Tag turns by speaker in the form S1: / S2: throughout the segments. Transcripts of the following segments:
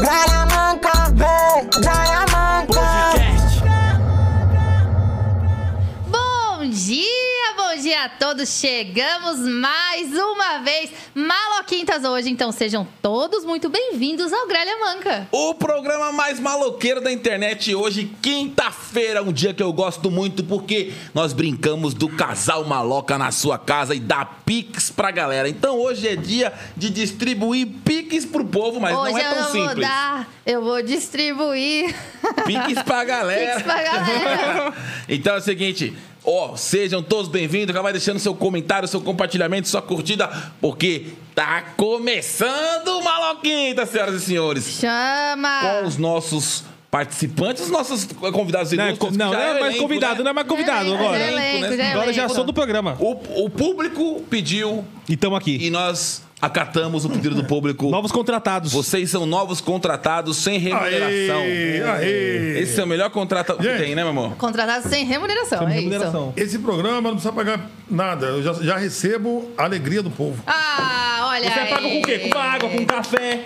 S1: Garamanca, vem, Garamanca.
S2: Bom dia, bom dia a todos. Chegamos mais uma vez, Maloquintas hoje, então sejam todos muito bem-vindos ao Gralha Manca.
S3: O programa mais maloqueiro da internet hoje, quinta-feira, um dia que eu gosto muito porque nós brincamos do casal maloca na sua casa e dá pix pra galera. Então hoje é dia de distribuir pix pro povo, mas
S2: hoje
S3: não é
S2: eu
S3: tão
S2: vou
S3: simples.
S2: dar, eu vou distribuir.
S3: Pix pra galera.
S2: Pix pra galera.
S3: então é o seguinte. Ó, sejam todos bem-vindos. Já vai deixando seu comentário, seu compartilhamento, sua curtida, porque tá começando o Maloquinta, senhoras e senhores.
S2: Chama!
S3: com os nossos participantes, os nossos convidados
S4: Não, é,
S3: ilustres,
S4: co-
S3: que
S4: não,
S3: já
S4: não é mais
S3: elenco,
S4: convidado, não
S3: né?
S4: é mais convidado
S2: Já é
S4: agora.
S2: elenco,
S3: Elenco,
S2: já
S3: né?
S2: é
S4: Agora já
S2: elenco.
S4: sou do programa.
S3: O, o público pediu
S4: E tamo aqui.
S3: e nós acatamos o pedido do público.
S4: Novos contratados.
S3: Vocês são novos contratados sem remuneração.
S5: Aê, aê.
S3: Esse é o melhor contrato que
S5: Gente.
S3: tem, né, meu amor?
S2: Contratado sem remuneração, é isso.
S4: remuneração.
S5: Esse programa não precisa pagar nada. Eu já, já recebo a alegria do povo.
S2: Ah, olha
S4: Você
S2: aí.
S4: paga com o quê? Com uma água,
S2: É.
S4: com um café,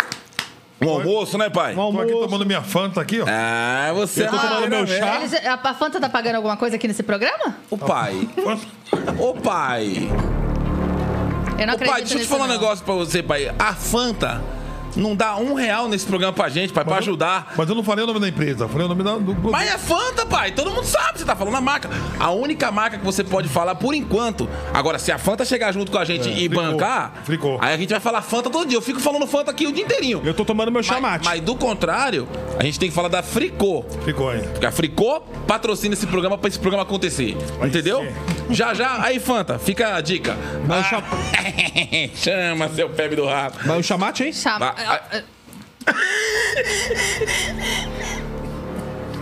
S3: Um almoço, né, pai?
S4: um
S5: Tô aqui
S4: almoço.
S5: tomando minha Fanta aqui, ó.
S3: Ah, você é
S4: tô tomando
S3: maneiro,
S4: meu
S3: né?
S4: chá.
S2: Eles- a, a Fanta tá pagando alguma coisa aqui nesse programa?
S3: O pai. Ô, pai.
S2: Eu não
S3: Ô,
S2: acredito
S3: pai, deixa eu te
S2: nisso,
S3: falar um
S2: não.
S3: negócio pra você, pai. A Fanta não dá um real nesse programa pra gente, pai, pra
S5: Mas eu-
S3: ajudar.
S5: Mas eu não falei o nome da empresa, falei o nome da, do produto.
S3: Mas é Fanta, pai. Todo mundo sabe que você tá falando a marca. A única marca que você pode falar por enquanto. Agora, se a Fanta chegar junto com a
S4: É,
S3: gente e
S5: fricou,
S3: bancar,
S5: fricou.
S3: aí a gente vai falar Fanta todo dia. Eu fico falando Fanta aqui o dia inteirinho.
S4: Eu tô tomando meu
S3: Mas,
S4: chamate.
S3: mas do contrário, a gente tem que falar da Fricô.
S5: Ficou aí.
S3: Porque a Fricô patrocina esse programa pra esse programa acontecer. entendeu? Já, já. Aí, Fanta, fica a dica.
S4: Mas o
S3: Ah, Chama seu febre do rato.
S4: Mas o chamate, hein?
S2: Chama.
S3: Vai, vai.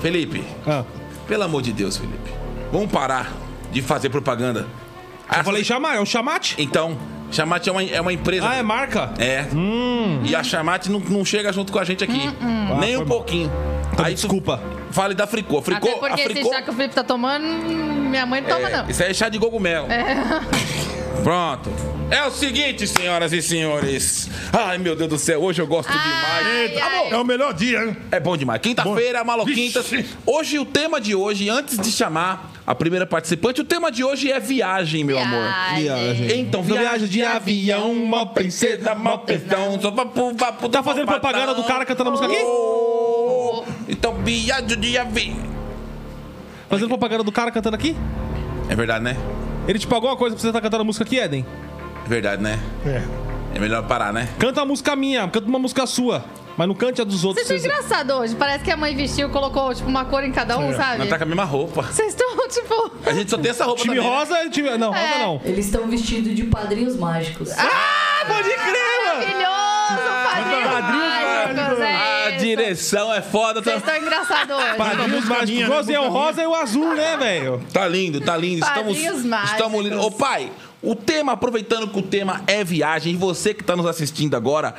S3: Felipe,
S4: Ah.
S3: pelo amor de Deus, Felipe. Vamos parar de fazer propaganda. Ah,
S4: Eu falei chamar, é o chamate?
S3: Então, Chamate é uma, é uma empresa.
S4: Ah, é marca?
S3: É. E a Chamate não, não chega junto com a gente aqui.
S2: Hum,
S3: Nem um pouquinho.
S4: Então,
S3: Aí tu
S4: desculpa.
S3: Fale da Fricô. Fricô,
S2: Até porque
S3: a
S2: esse
S3: Fricô...
S2: chá que o Felipe tá tomando, minha mãe não toma,
S3: É,
S2: não.
S3: Isso aí é chá de cogumelo. Pronto. É o seguinte, senhoras e senhores. Ai, meu Deus do céu, hoje eu gosto demais.
S2: Ai, ai.
S5: É o melhor dia, hein?
S3: É bom demais. Quinta-feira, Maloquintas.
S5: Vixe.
S3: Hoje, o tema de hoje, antes de chamar a primeira participante, o tema de hoje é viagem, meu amor.
S2: Ai, gente.
S3: Então, viagem de avião, uma princesa, uma pestão, tá só papu, papu,
S4: Tá fazendo propaganda do cara cantando a música aqui?
S3: Oh, então, viagem de avião.
S4: Fazendo propaganda do cara cantando aqui?
S3: É verdade, né?
S4: Ele te pagou uma coisa pra você estar cantando a música aqui, Eden?
S3: É verdade, né?
S5: É.
S3: É melhor parar, né?
S4: Canta a música minha, canta uma música sua. Mas não cante a dos outros.
S2: Vocês acham tá engraçado hoje? Parece que a mãe vestiu, colocou, tipo, uma cor em cada um, sabe?
S3: Nós tá com a mesma roupa.
S2: Vocês estão, tipo...
S3: A gente só tem essa roupa
S4: Time
S3: também, né?
S4: rosa, time... Não, rosa
S2: É.
S4: não.
S6: Eles estão vestidos de padrinhos mágicos.
S4: Ah, pode crer, mano. tá
S2: Maravilhoso, padrinho
S4: né?
S2: mágicos,
S3: A
S4: Ah,
S2: é isso.
S3: direção é foda.
S2: Vocês
S3: Tá,
S2: estão engraçados hoje.
S4: Padrinhos
S5: música
S4: mágicos.
S5: minha, né?
S4: Igualzinho é o
S5: Música
S4: rosa e o azul, né, velho?
S3: tá lindo, tá lindo. Estamos,
S2: Padrinhos mágicos.
S3: estamos lindos. Ô pai, o tema, aproveitando que o tema é viagem, e você que tá nos assistindo agora,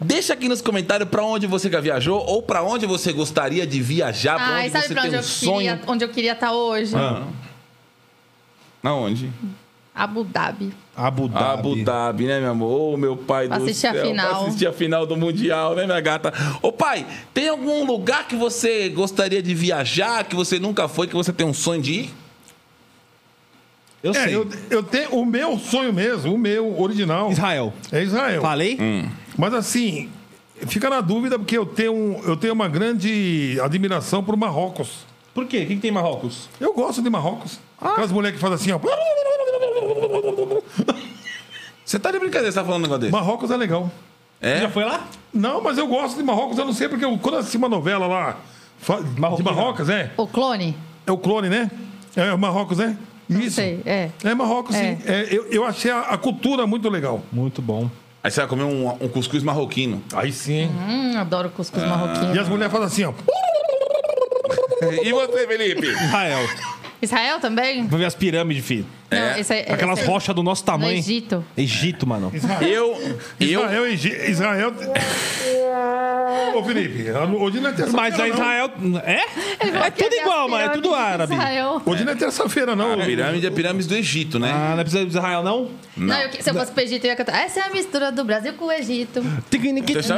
S3: deixa aqui nos comentários pra onde você já viajou ou pra onde você gostaria de
S4: tá
S3: viajar, pra
S2: Ai,
S3: onde
S2: sabe
S3: você
S2: pra
S3: tem
S2: onde
S3: um
S2: eu
S3: sonho.
S2: queria, onde eu queria estar hoje?
S4: Ah.
S3: Aonde?
S2: Abu Dhabi.
S4: Abu
S3: Abu Dhabi, né, meu amor? Ô, meu pai
S2: Pra
S3: do
S2: assistir a
S3: céu.
S2: final.
S3: Pra assistir a final do Mundial, né, minha gata? Ô, pai, tem algum lugar que você gostaria de viajar, que você nunca foi, que você tem um sonho de ir?
S4: Eu
S5: É,
S4: sei.
S5: eu, eu tenho o meu sonho mesmo, o meu original.
S4: Israel.
S5: É Israel.
S4: Falei?
S3: Hum.
S5: Mas assim, fica na dúvida porque eu tenho, um- eu tenho uma grande admiração por Marrocos.
S4: Por quê? O que, que tem em Marrocos?
S5: Eu gosto de Marrocos.
S2: Ah.
S5: Aquelas mulheres que fazem assim, ó.
S3: Você tá de brincadeira, você tá falando um negócio desse?
S5: Marrocos é legal.
S3: É?
S4: Já foi lá?
S5: Não, mas eu gosto de Marrocos, eu não sei porque eu, quando eu assisti uma novela lá fa- de Marrocos, é?
S2: O clone?
S5: É o clone, né? É o Marrocos, né?
S2: Não
S5: Isso.
S2: sei, é.
S5: É Marrocos,
S2: É.
S5: sim. É, eu, eu achei a, a cultura muito legal.
S4: Muito bom.
S3: Aí você vai comer um, um cuscuz marroquino.
S5: Aí sim.
S2: Hum, adoro cuscuz
S4: Ah.
S5: E
S2: marroquino.
S5: as mulheres fazem assim, ó.
S3: E você, Felipe?
S4: Israel.
S2: Israel também?
S4: Pra ver as pirâmides, filho.
S2: Não, esse aí-
S4: É. Aquelas
S2: esse aí-
S4: rochas do nosso
S2: No
S4: tamanho.
S2: É, Egito.
S4: Egito, mano.
S5: é
S3: Eu. Eu.
S5: Israel, Egi- Israel. Ô, Felipe, hoje não é terça-feira.
S4: Mas a
S5: não.
S4: Israel. É? É tudo igual, mas é tudo árabe.
S2: Israel.
S5: Hoje não é terça-feira, não.
S3: A pirâmide é pirâmide do Egito, né?
S4: Ah, não precisa de Israel, não?
S2: Não, eu que- se eu fosse pro Egito, eu ia cantar. Essa é a mistura do Brasil com o Egito.
S4: Na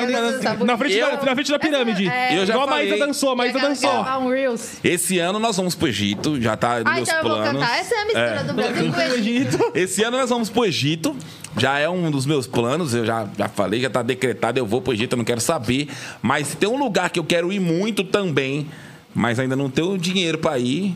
S4: frente, da, na frente da pirâmide.
S2: tá É.
S3: Eu já
S4: Igual a
S3: falei.
S4: Maísa dançou, a Maísa
S2: Ia
S4: dançou.
S2: gravar um Reels.
S3: Esse ano nós vamos pro Egito, já tá nos
S2: Ah,
S3: meus
S2: então eu vou
S3: planos.
S2: cantar. Essa é a mistura do Brasil com o Egito.
S3: Esse ano nós vamos pro Egito. Já é um dos meus planos, eu já, já falei, já tá decretado, eu vou pro Egito, eu não quero saber. Mas se tem um lugar que eu quero ir muito também, mas ainda não tenho dinheiro pra ir,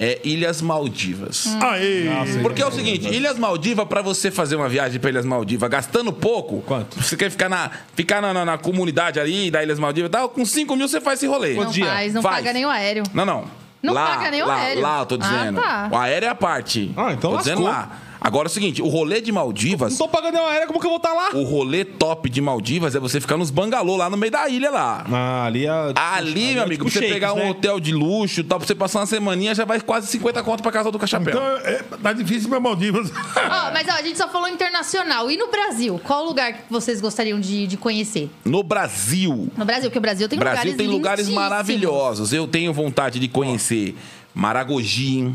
S3: é Ilhas Maldivas.
S5: Aê!
S3: Porque é o seguinte, Ilhas Maldivas, pra você fazer uma viagem pra Ilhas Maldivas gastando pouco,
S4: Quanto?
S3: você quer ficar na, ficar na, na- na comunidade ali da Ilhas Maldivas e tal, com 5 mil você faz esse rolê.
S2: Não
S4: dia?
S2: faz, não
S3: Faz.
S2: paga nem o aéreo.
S3: Não, não.
S2: Não
S3: lá,
S2: paga nem o
S3: lá,
S2: aéreo.
S3: Lá, eu tô
S2: Ah,
S3: dizendo.
S2: tá.
S3: O aéreo é a parte.
S4: Ah, então
S3: Tô dizendo
S4: lascou.
S3: lá. Agora é o seguinte, o rolê de Maldivas,
S4: Não tô pagando uma aérea, como que eu vou estar lá?
S3: o rolê top de Maldivas é você ficar nos bangalô lá no meio da ilha lá.
S4: Ah, ali é.
S3: Ali, meu amigo, pra você
S4: shakes,
S3: pegar um
S4: né?
S3: hotel de luxo e tal, pra você passar uma semaninha, já vai quase 50 conto pra casa do Cachapéu.
S5: Então, é, tá difícil pra Maldivas.
S3: Ah.
S2: Ó, mas ó, a gente só falou internacional. E no Brasil? Qual lugar que vocês gostariam de, de conhecer?
S3: No Brasil,
S2: No Brasil, porque o Brasil tem
S3: Brasil
S2: lugares
S3: tem lugares
S2: lindíssimos.
S3: maravilhosos. Eu tenho vontade de conhecer Maragogi.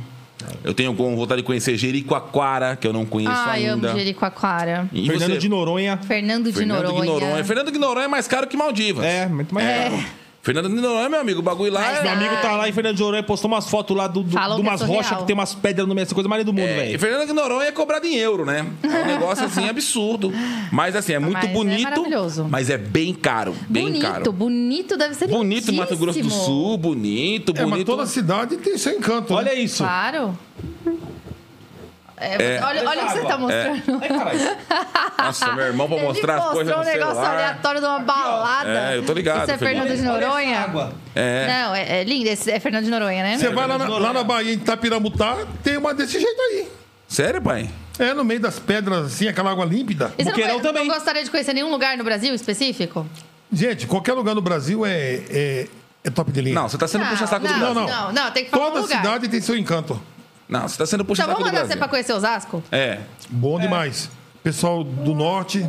S3: Eu tenho com- vontade de conhecer Jericoacoara, que eu não conheço
S2: Ai, amo
S3: ainda.
S2: Jericoacoara.
S3: E
S4: Fernando
S3: você?
S4: de Noronha.
S2: Fernando de
S3: Fernando
S2: Noronha.
S3: de Noronha. Fernando de Noronha é mais caro que Maldivas.
S4: É, muito mais. caro.
S3: Fernando de Noronha, meu amigo, o bagulho lá
S2: Mas
S3: é...
S4: Meu amigo tá lá em Fernando de Noronha postou umas fotos lá do, do,
S2: Falam
S4: de
S2: que é
S4: umas
S2: surreal.
S4: rochas que tem umas pedras no meio, essa coisa mais linda do mundo,
S3: É, e
S4: velho.
S3: Fernando de Noronha é cobrado em euro, né? É um negócio assim absurdo. Mas assim, é muito
S2: Mas é
S3: bonito.
S2: maravilhoso.
S3: Mas é bem caro. Bem
S2: bonito,
S3: caro.
S2: bonito deve ser
S3: Bonito
S2: lindíssimo.
S3: Mato Grosso do Sul, bonito,
S5: É, mas
S3: bonito. né?
S5: toda cidade tem seu encanto. né?
S4: Olha isso.
S2: Claro. É, você- olha, olha o que você tá mostrando.
S4: Ai, caralho.
S3: Nossa, meu irmão pra mostrar
S2: Ele
S3: as coisas
S2: mostrou
S3: no
S2: um negócio
S3: celular.
S2: aleatório de uma balada.
S3: É, eu tô ligado,
S2: Isso é
S3: Felipe.
S2: Fernando de
S4: Olha essa
S2: Noronha?
S4: água.
S3: É.
S2: Não, é, é lindo. Esse é Fernando de Noronha, né?
S5: Você vai lá na, lá na Bahia, em Itapiramutá, tem uma desse jeito aí.
S3: Sério, pai?
S5: É, no meio das pedras, assim, aquela água límpida.
S2: E você
S4: Boqueirão
S2: não, conhe-
S4: também.
S2: não gostaria de conhecer nenhum lugar no Brasil específico?
S5: Gente, qualquer lugar no Brasil é, é, é top de linha.
S3: Não, você tá sendo puxa-saco do
S2: não,
S3: Brasil.
S5: Brasil.
S2: não, não, tem que falar um
S5: Toda
S2: lugar.
S5: cidade tem seu encanto.
S3: Não, você tá sendo
S2: Então
S3: puxa-saco
S2: vamos
S3: do
S2: mandar
S3: Brasil.
S2: você pra conhecer Osasco?
S3: É.
S5: Bom demais. Pessoal do norte.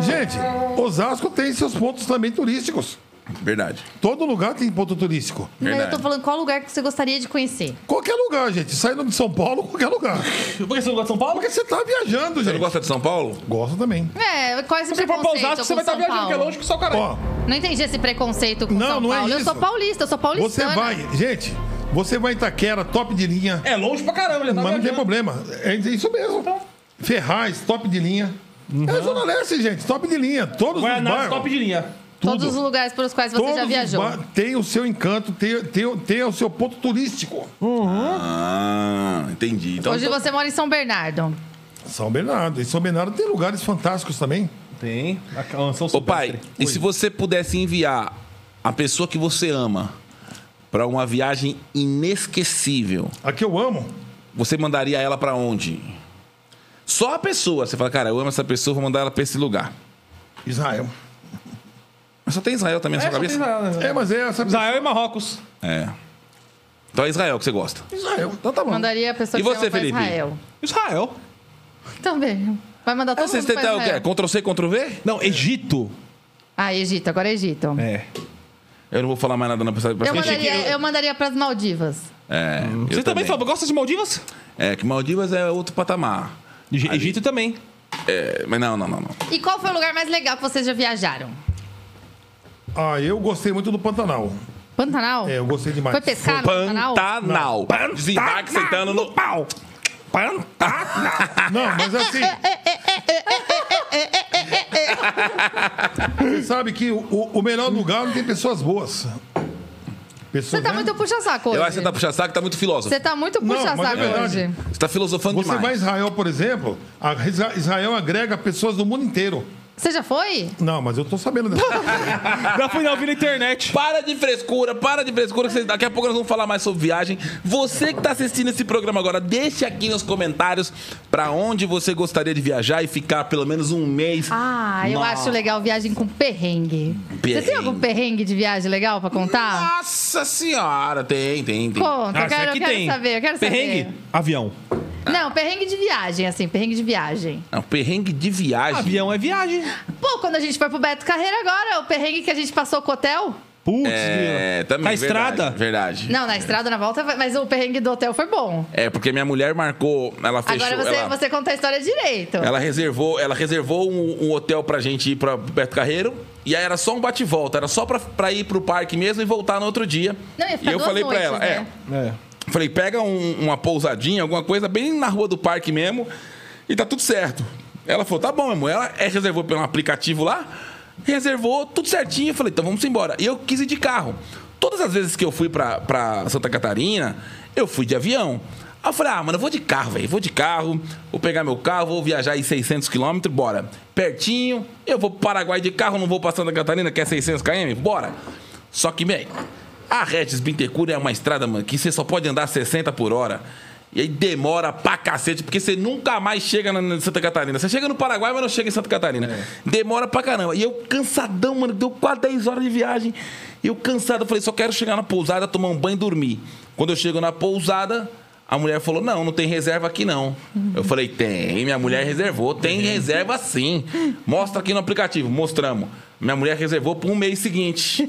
S5: Gente, Osasco tem seus pontos também turísticos.
S3: Verdade.
S5: Todo lugar tem ponto turístico.
S2: Mas eu
S3: Verdade.
S2: tô falando qual lugar que você gostaria de conhecer.
S5: Qualquer lugar, gente. Saindo de São Paulo, qualquer lugar.
S4: Por que você não gosta de São Paulo?
S5: Porque você tá viajando,
S3: Você não
S5: gente.
S3: gosta de São Paulo?
S5: Gosto também.
S2: É, qual é esse
S4: Se você for pra
S2: preconceito
S4: Osasco,
S2: com
S4: você vai estar
S2: São
S4: viajando,
S2: Paulo?
S4: que é longe que só o caralho.
S5: Ó,
S2: Não entendi esse preconceito com
S5: Não,
S2: São
S5: não é
S2: Paulo. eu
S5: isso.
S2: sou paulista, eu sou paulistana.
S5: você vai, gente, você vai em Itaquera, top de linha.
S4: É longe pra caramba, ele tá Então.
S5: Mas não tem
S4: viajando.
S5: problema. É isso mesmo. Ferraz, top de linha. É a Zona Leste, gente, top de linha. Todos os
S4: Guaraná,
S5: bairros,
S4: Uhum. top de linha.
S5: tudo.
S2: Todos os lugares pelos quais você
S5: Todos
S2: já
S5: os
S2: viajou.
S5: bairros Tem o seu encanto, tem, tem, tem o seu ponto turístico.
S3: Ah, entendi. Então,
S2: Hoje você mora em São Bernardo.
S5: São Bernardo. E São Bernardo tem lugares fantásticos também.
S4: Tem. A canção
S3: Ô pai, e se você pudesse enviar a pessoa que você ama pra uma viagem inesquecível,
S5: A que eu amo.
S3: você mandaria ela pra onde? Só a pessoa. Você fala, cara, eu amo essa pessoa, vou mandar ela pra esse lugar.
S5: Israel.
S3: Mas só tem Israel também na sua cabeça?
S5: É, mas é essa.
S4: Ah. Israel e Marrocos.
S3: É. Então é Israel que você gosta.
S5: Israel.
S3: Então tá bom.
S2: Mandaria a pessoa
S3: E
S2: que
S3: você,
S2: ama pra
S3: Felipe?
S2: Israel.
S4: Israel.
S2: Também. Vai mandar todo
S3: Ah, vocês
S2: mundo pra
S3: tentaram o quê?
S2: Israel.
S3: Ctrl C, Ctrl V?
S4: Não, Egito.
S2: Ah, Egito, agora é Egito.
S4: É.
S3: Eu não vou falar mais nada não, pra saber pra
S2: Eu,
S3: frente.
S2: mandaria, eu mandaria pras Maldivas.
S3: É, eu
S4: Você também, fala, gosta de Maldivas?
S3: É, que Maldivas é outro patamar.
S4: Eg- Egito também.
S3: É, mas não, não, não, não.
S2: E qual foi o lugar mais legal que vocês já viajaram?
S5: Ah, eu gostei muito do Pantanal.
S2: Pantanal?
S5: É, eu gostei demais.
S2: Foi pescar no Pantanal?
S3: Pantanal. Desembarque sentando no pau.
S5: Não, mas assim. Você sabe que o, o melhor lugar não tem pessoas boas. Pessoas,
S2: Você tá
S5: né?
S2: muito puxa-saco hoje.
S3: Eu acho que você tá puxando saco, tá muito filósofo.
S2: Você
S3: Você
S2: tá muito
S5: Não, mas é
S2: puxa-saco
S5: verdade.
S2: hoje.
S3: tá filosofando
S5: Você
S3: demais.
S5: vai a Israel, por exemplo, a Isra- Israel agrega pessoas do mundo inteiro.
S2: Você já foi?
S5: Não, mas eu tô sabendo dessa.
S4: Já fui não, vi na internet.
S3: Para de frescura, para de frescura, que vocês- daqui a pouco nós vamos falar mais sobre viagem. Você que está assistindo esse programa agora, deixe aqui nos comentários para onde você gostaria de viajar e ficar pelo menos um mês.
S2: Ah, eu acho legal viagem com perrengue. Você
S3: Perrengue.
S2: tem algum perrengue de viagem legal tá? pra contar?
S3: Nossa senhora, tem, tem, tem.
S2: Conta, eu
S4: Ah, isso
S3: Ah,
S2: quero,
S4: aqui
S2: eu quero saber, eu quero saber.
S4: Perrengue? Avião.
S2: Não, perrengue de viagem, assim, perrengue de viagem.
S3: Não, perrengue de viagem.
S4: Avião é viagem.
S2: Pô, quando a gente foi pro Beto Carreira agora, o perrengue que a gente passou com o hotel?
S4: Putz,
S3: É,
S4: Vila.
S3: também.
S4: Na
S3: verdade,
S4: estrada.
S3: Verdade.
S2: Não, na estrada, na volta, mas o perrengue do hotel foi bom.
S3: É, porque minha mulher marcou, ela fechou.
S2: agora você,
S3: ela,
S2: você conta a história direito.
S3: ela reservou, ela reservou um, um hotel pra gente ir pra Beto Carreiro. E aí era só um bate-volta, era só pra, pra ir pro parque mesmo e voltar no outro dia.
S2: Não, ia
S3: e
S2: ficar
S3: eu
S2: duas
S3: falei pra
S2: noites,
S3: ela,
S2: né?
S3: é,
S4: É.
S3: Falei, pega um- uma pousadinha, alguma coisa, bem na rua do parque mesmo, e tá tudo certo. Ela falou, tá bom, meu amor. Ela é, reservou pelo aplicativo lá, reservou tudo certinho. Eu falei, então vamos embora. E eu quis ir de carro. Todas as vezes que eu fui pra, pra Santa Catarina, eu fui de avião. Aí eu falei, ah, mano, eu vou de carro, velho. Vou de carro, vou pegar meu carro, vou viajar aí 600 quilômetros, bora. Pertinho, eu vou pro Paraguai de carro, não vou pra Santa Catarina, que é 600 km, bora. Só que, bem, a Regis Bittencourt é uma estrada, mano, que você só pode andar 60 por hora. E aí demora pra cacete, porque você nunca mais chega na- na Santa Catarina. Você chega no Paraguai, mas não chega em Santa Catarina. Demora pra caramba. E eu cansadão, mano, deu quase 10 horas de viagem. E eu cansado, eu falei, só quero chegar na pousada, tomar um banho e dormir. Quando eu chego na pousada, a mulher falou, não, não tem reserva aqui não. Eu falei, tem, minha mulher reservou, tem reserva sim. Mostra aqui no aplicativo, mostramos. Minha mulher reservou pro mês seguinte.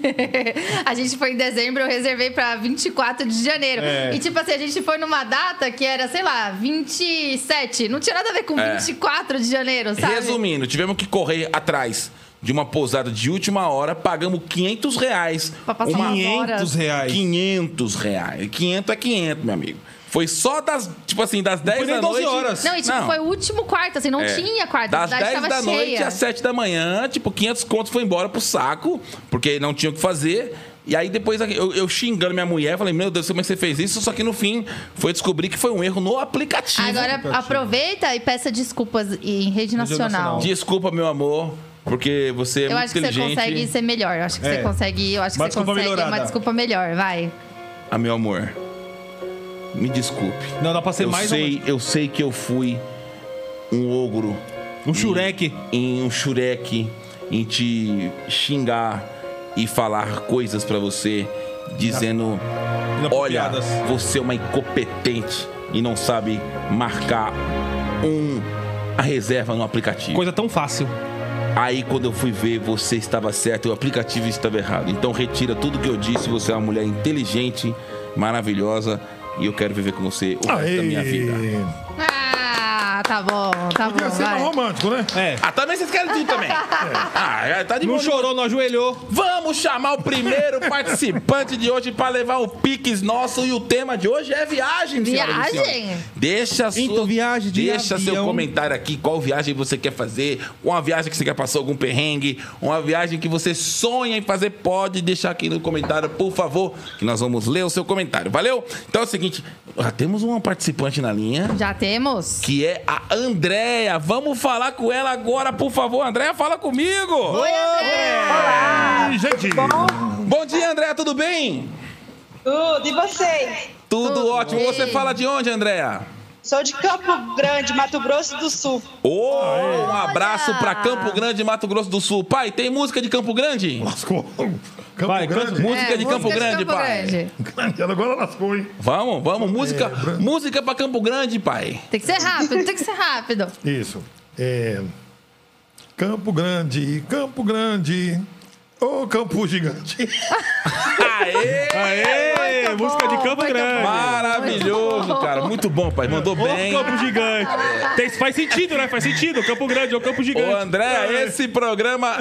S2: a gente foi em dezembro, eu reservei pra 24 de janeiro.
S4: É.
S2: E tipo assim, a gente foi numa data que era, sei lá, 27. Não tinha nada a ver com
S3: É.
S2: 24 de janeiro, sabe?
S3: Resumindo, tivemos que correr atrás de uma pousada de última hora, pagamos 500 reais.
S2: Pra passar um
S3: uma...
S2: umas horas.
S4: 500 reais.
S3: 500 reais. 500 é 500, meu amigo. Foi só das, tipo assim, das 10
S4: nem
S3: da
S4: 12
S3: noite.
S4: horas.
S2: Não, e tipo, foi o último quarto, assim, não
S3: É.
S2: tinha quarto.
S3: Das
S2: a cidade
S3: 10
S2: tava
S3: da
S2: cheia.
S3: noite às 7 da manhã, tipo, 500 contos foi embora pro saco, porque não tinha o que fazer. E aí depois eu, eu xingando minha mulher, falei, meu Deus, como é que você fez isso? Só que no fim foi descobrir que foi um erro no aplicativo.
S2: Agora aproveita e peça desculpas em rede nacional.
S4: nacional.
S3: Desculpa, meu amor, porque você é
S2: Eu
S3: muito
S2: acho que você
S3: inteligente.
S2: consegue ser melhor. Eu acho que
S4: É.
S2: você consegue. Eu acho que
S4: Uma
S2: você
S4: desculpa
S2: consegue uma
S4: melhorada.
S2: desculpa melhor, vai.
S3: Ah, meu amor, me desculpe.
S4: Não, dá pra ser
S3: eu
S4: mais ou
S3: sei, eu sei que eu fui um ogro
S4: Um Shurek.
S3: em um xureque, em te xingar e falar coisas pra você, dizendo: Olha,
S4: Inapropriadas.
S3: você é uma incompetente e não sabe marcar um a reserva no aplicativo.
S4: Coisa tão fácil.
S3: Aí quando eu fui ver, você estava certo e o aplicativo estava errado. Então retira tudo que eu disse, você é uma mulher inteligente, maravilhosa e eu quero viver com você o resto da minha vida.
S5: Aê!
S2: Ah, tá bom, tá
S5: Podia
S2: bom.
S5: ser mais
S2: Vai.
S5: romântico, né?
S4: É.
S3: Ah, também vocês querem tudo também. Ah, já tá de
S4: Não
S3: bom
S4: chorou, não ajoelhou.
S3: Vamos chamar o primeiro participante de hoje para levar o Pix nosso e o tema de hoje é viagem, senhoras e senhores.
S2: Viagem.
S3: Deixa sua,
S4: Então, viagem de
S3: deixa seu
S4: avião.
S3: comentário aqui, qual viagem você quer fazer, uma viagem que você quer passar algum perrengue, uma viagem que você sonha em fazer, pode deixar aqui no comentário, por favor, que nós vamos ler o seu comentário. Valeu? Então é o seguinte, já temos uma participante na linha.
S2: Já temos?
S3: Que é a Andréia. Vamos falar com ela agora, por favor. Andréia, fala comigo.
S2: Oi, André! Tá
S5: Ih, gente,
S3: Bom dia, Andréa, tudo bem?
S7: Tudo, e vocês?
S3: Tudo,
S2: Tudo
S3: ótimo.
S2: bem.
S3: Você fala de onde, Andréa?
S7: Sou de Campo Grande, Mato Grosso do Sul.
S3: Ô, um abraço pra Campo Grande, Mato Grosso do Sul. Pai, tem música de Campo Grande?
S5: lascou. Campo
S4: Vai,
S5: Grande.
S4: canta-
S2: É,
S3: música de Campo Grande, pai.
S5: Grande, ela Agora lascou, hein?
S3: Vamos, vamos, música, música pra Campo Grande, pai.
S2: Tem que ser rápido, tem que ser rápido.
S5: Isso. É, Campo Grande, Campo Grande. Ô, Campo Gigante.
S3: Aê!
S4: Aê! música de Campo Grande.
S3: Maravilhoso,
S2: Muito bom.
S3: cara. Muito bom, pai. Mandou
S4: Ô,
S3: bem.
S4: Campo Gigante. Tem- faz sentido, né? Faz sentido. Campo Grande é o Campo Gigante.
S3: Ô, André, é esse programa.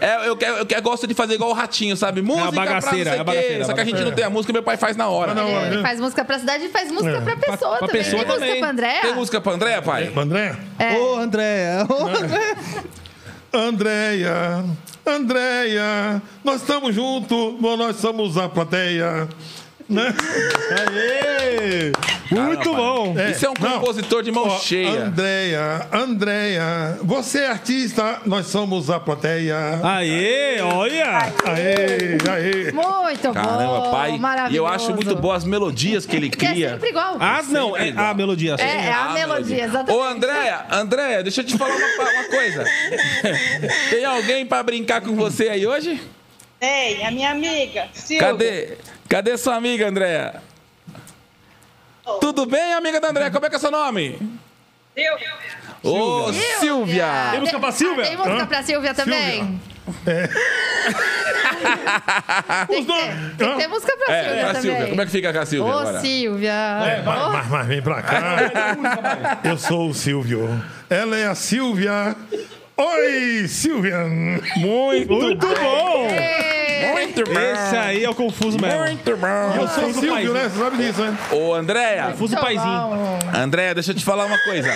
S3: é- é- eu, quero, eu quero- gosto de fazer igual o Ratinho, sabe? Música
S4: bagaceira,
S3: pra não sei
S4: é bagaceira,
S3: quê. Só que a gente
S5: bagaceira.
S3: não tem a música, meu pai faz na hora.
S5: Mas não,
S2: É,
S5: né?
S2: faz música pra cidade e faz música
S3: É.
S2: pra pessoa
S4: pra
S2: também.
S4: pessoa
S2: tem música
S4: também.
S2: pra André?
S3: Tem música pra André, pai?
S5: André?
S2: É.
S4: Ô, André. é.
S5: Andréia, Andréia, nós estamos juntos, nós somos a plateia. Né?
S4: Aê! Muito
S3: Caramba.
S4: bom.
S5: É,
S3: Isso é um
S5: não.
S3: compositor de mão
S5: Ó,
S3: cheia.
S5: Andréia, Andréia, você é artista, nós somos a plateia.
S4: Aê, olha.
S5: Aê, aê.
S2: Muito
S3: Caramba,
S2: bom.
S3: pai. E eu
S2: maravilhoso.
S3: acho muito boas as melodias que ele
S2: Que é
S3: cria. Ah,
S2: sempre igual.
S4: Ah, não. É a melodia.
S2: é, é a, melodia, exatamente.
S3: Ô, Andréia, Andréia, deixa eu te falar uma, uma coisa. Tem alguém pra brincar com você aí hoje?
S7: Ei, a minha amiga, Silvia.
S3: Cadê? Cadê sua amiga, Andréia? Tudo bem, amiga da André? Como é que é seu nome?
S7: Deu?
S3: Ô, Silvia!
S4: Tem música pra Silvia?
S2: Ah, tem música
S5: Hã?
S2: pra Silvia também? Tem, que
S4: Os dois-
S2: ter, tem que
S5: Hã?
S2: ter música pra
S3: É,
S2: Silvia
S3: pra
S2: também.
S3: Silvia. Como é que fica com a
S2: Ô,
S3: Silvia agora? É,
S2: Silvia! Ô,
S5: Mas, mas vem pra cá. Eu sou o Silvio. Ela é a Silvia. Oi, Silvia.
S4: Muito, bom!
S3: Muito
S4: Esse aí é o Confuso mesmo.
S3: Muito bom!
S5: Eu sou o Silvio, né? Você sabe disso, né?
S3: Ô, Andréia,
S4: Confuso paizinho.
S2: um-
S3: Andréia, deixa eu te falar uma coisa.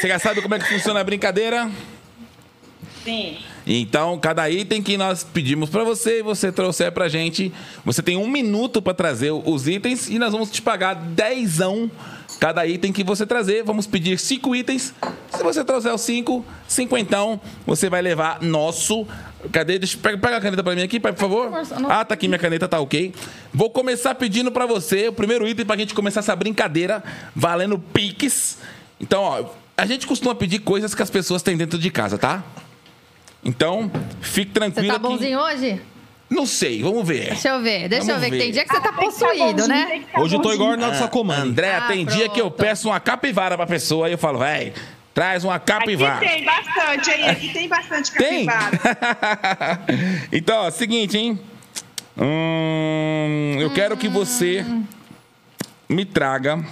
S3: Você já sabe como é que funciona a brincadeira?
S7: Sim.
S3: Então, cada item que nós pedimos pra você e você trouxer pra gente, você tem um minuto pra trazer os itens e nós vamos te pagar dezão cada item que você trazer. Vamos pedir cinco itens. Se você trouxer os cinco, cinquentão, você vai levar nosso. Cadê? Deixa, pega, pega a caneta pra mim aqui, pai, por favor. Ah, tá aqui minha caneta, tá ok. Vou começar pedindo pra você o primeiro item pra gente começar essa brincadeira valendo piques. Então, ó, a gente costuma pedir coisas que as pessoas têm dentro de casa, tá? Então, fique
S2: Você
S3: tranquilo.
S2: tá
S3: que-
S2: bonzinho hoje?
S3: Não sei, vamos ver.
S2: Deixa eu ver, deixa
S3: Vamos
S2: eu ver, que
S3: ver.
S2: tem dia que você tá
S7: Tá
S2: possuído,
S7: bonzinho,
S2: né?
S7: tem que tá
S4: Hoje eu tô
S7: bonzinho.
S4: igual o Arnaldo Sacomani.
S3: André,
S2: Ah,
S3: tem dia que eu
S2: pronto.
S3: peço uma capivara pra pessoa e eu falo, véi, traz uma
S7: Aqui
S3: capivara.
S7: tem bastante, hein? Aqui tem bastante
S3: Tem?
S7: capivara.
S3: então, ó, seguinte, hein? Hum, eu quero que você
S2: Hum.
S3: me traga.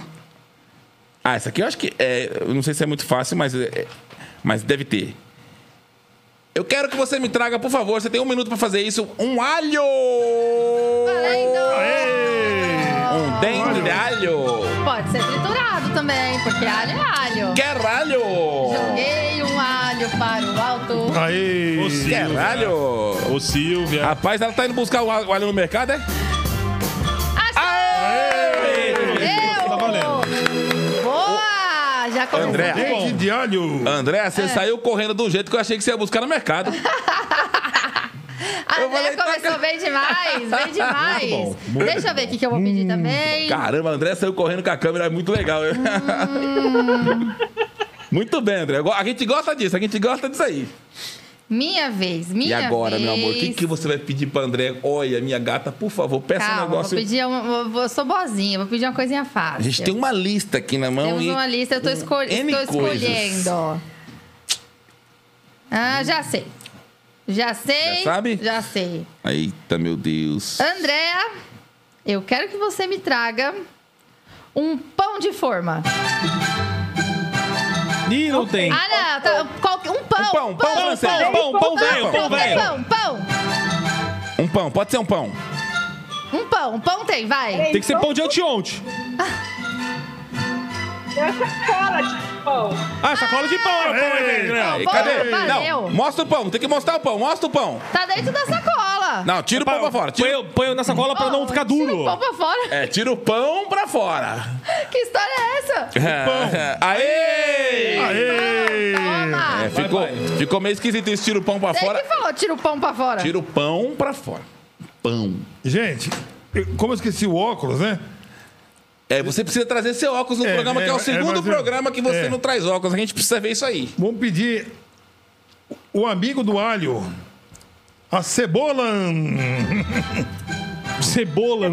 S3: Ah, essa aqui eu acho que. É, eu não sei se é muito fácil, mas, é, é, mas deve ter. Eu quero que você me traga, por favor, você tem um minuto pra fazer isso, um alho! Um dente de alho!
S2: Pode ser triturado também, porque alho é alho.
S3: Quero alho!
S2: Joguei um alho para o
S3: Ah,
S2: alto.
S5: Aí.
S3: Quero alho!
S4: Ô, Silvia.
S3: Rapaz, ela tá indo buscar o alho o alho no mercado, é?
S2: Aê!
S4: Tá valendo. Tá
S2: Boa! Já começou
S3: André.
S2: bem.
S5: Dente de alho.
S3: André,
S2: É.
S3: você saiu correndo do jeito que eu achei que você ia buscar no mercado.
S2: A
S3: Eu falei, "Tá
S2: André começou bem demais, bem demais. Deixa eu ver o que, que eu vou
S3: Hum,
S2: pedir também.
S3: Caramba, André saiu correndo com a câmera, é muito legal. eu-
S2: Hum.
S3: muito bem, André. Eu go- A gente gosta disso, a gente gosta disso aí.
S2: Minha vez, minha
S3: e agora,
S2: vez.
S3: meu amor, o que, é que você vai pedir pra André? Olha, minha gata, por favor, peça
S2: Calma,
S3: um negócio.
S2: vou pedir uma, vou- vou- eu sou boazinha, vou pedir uma coisinha fácil.
S3: A gente tem um uma lista aqui na mão
S2: Temos
S3: e.
S2: uma lista, eu tô, escol-
S3: Um N
S2: estou
S3: coisas.
S2: escolhendo. Ah, já sei. Já sei.
S3: Já sabe?
S2: Já sei.
S3: Eita, meu Deus.
S2: Andréa, eu quero que você me traga um pão de forma.
S4: Ih, não tem.
S2: Ah, não, tá, qualquer- um pão.
S3: Um pão, pão francês,
S4: pão, pão velho, pão
S2: qualquer
S4: velho.
S2: Pão, pão.
S3: Um pão, pode ser um pão.
S2: Um pão, um pão tem, vai.
S4: Tem que
S7: Então,
S4: ser pão de anteontem.
S7: Tem sacola de pão.
S4: Ah, sacola de pão. era o pão aí,
S5: Ei.
S4: André.
S3: Ei,
S2: pão,
S3: cadê?
S2: valeu.
S3: Não, mostra o pão, tem que mostrar o pão, mostra o pão.
S2: Tá dentro da sacola.
S3: Não, tira o pão pra fora.
S4: Põe,
S3: Tira...
S4: eu- põe eu na sacola pra não ficar
S2: Tira o
S4: duro.
S2: pão pra fora.
S3: É, tira o pão pra fora.
S2: Que história é essa?
S3: Pão. Aê!
S2: Ah,
S5: Aê.
S2: Toma.
S3: É, ficou,
S4: Vai, vai.
S3: ficou meio esquisito isso. Tira o pão pra
S2: Você
S3: É, fora.
S2: que falou, tira o pão pra fora.
S3: Tira o pão pra fora. Pão.
S5: Gente, eu- como eu esqueci o óculos, né?
S3: É, você precisa trazer seu óculos no
S5: É,
S3: programa,
S5: é,
S3: que é o
S5: é,
S3: segundo
S5: mas eu-
S3: programa que você
S5: é.
S3: não traz óculos. A gente precisa ver isso aí.
S5: Vamos pedir o amigo do alho. A cebola.
S4: Cebola.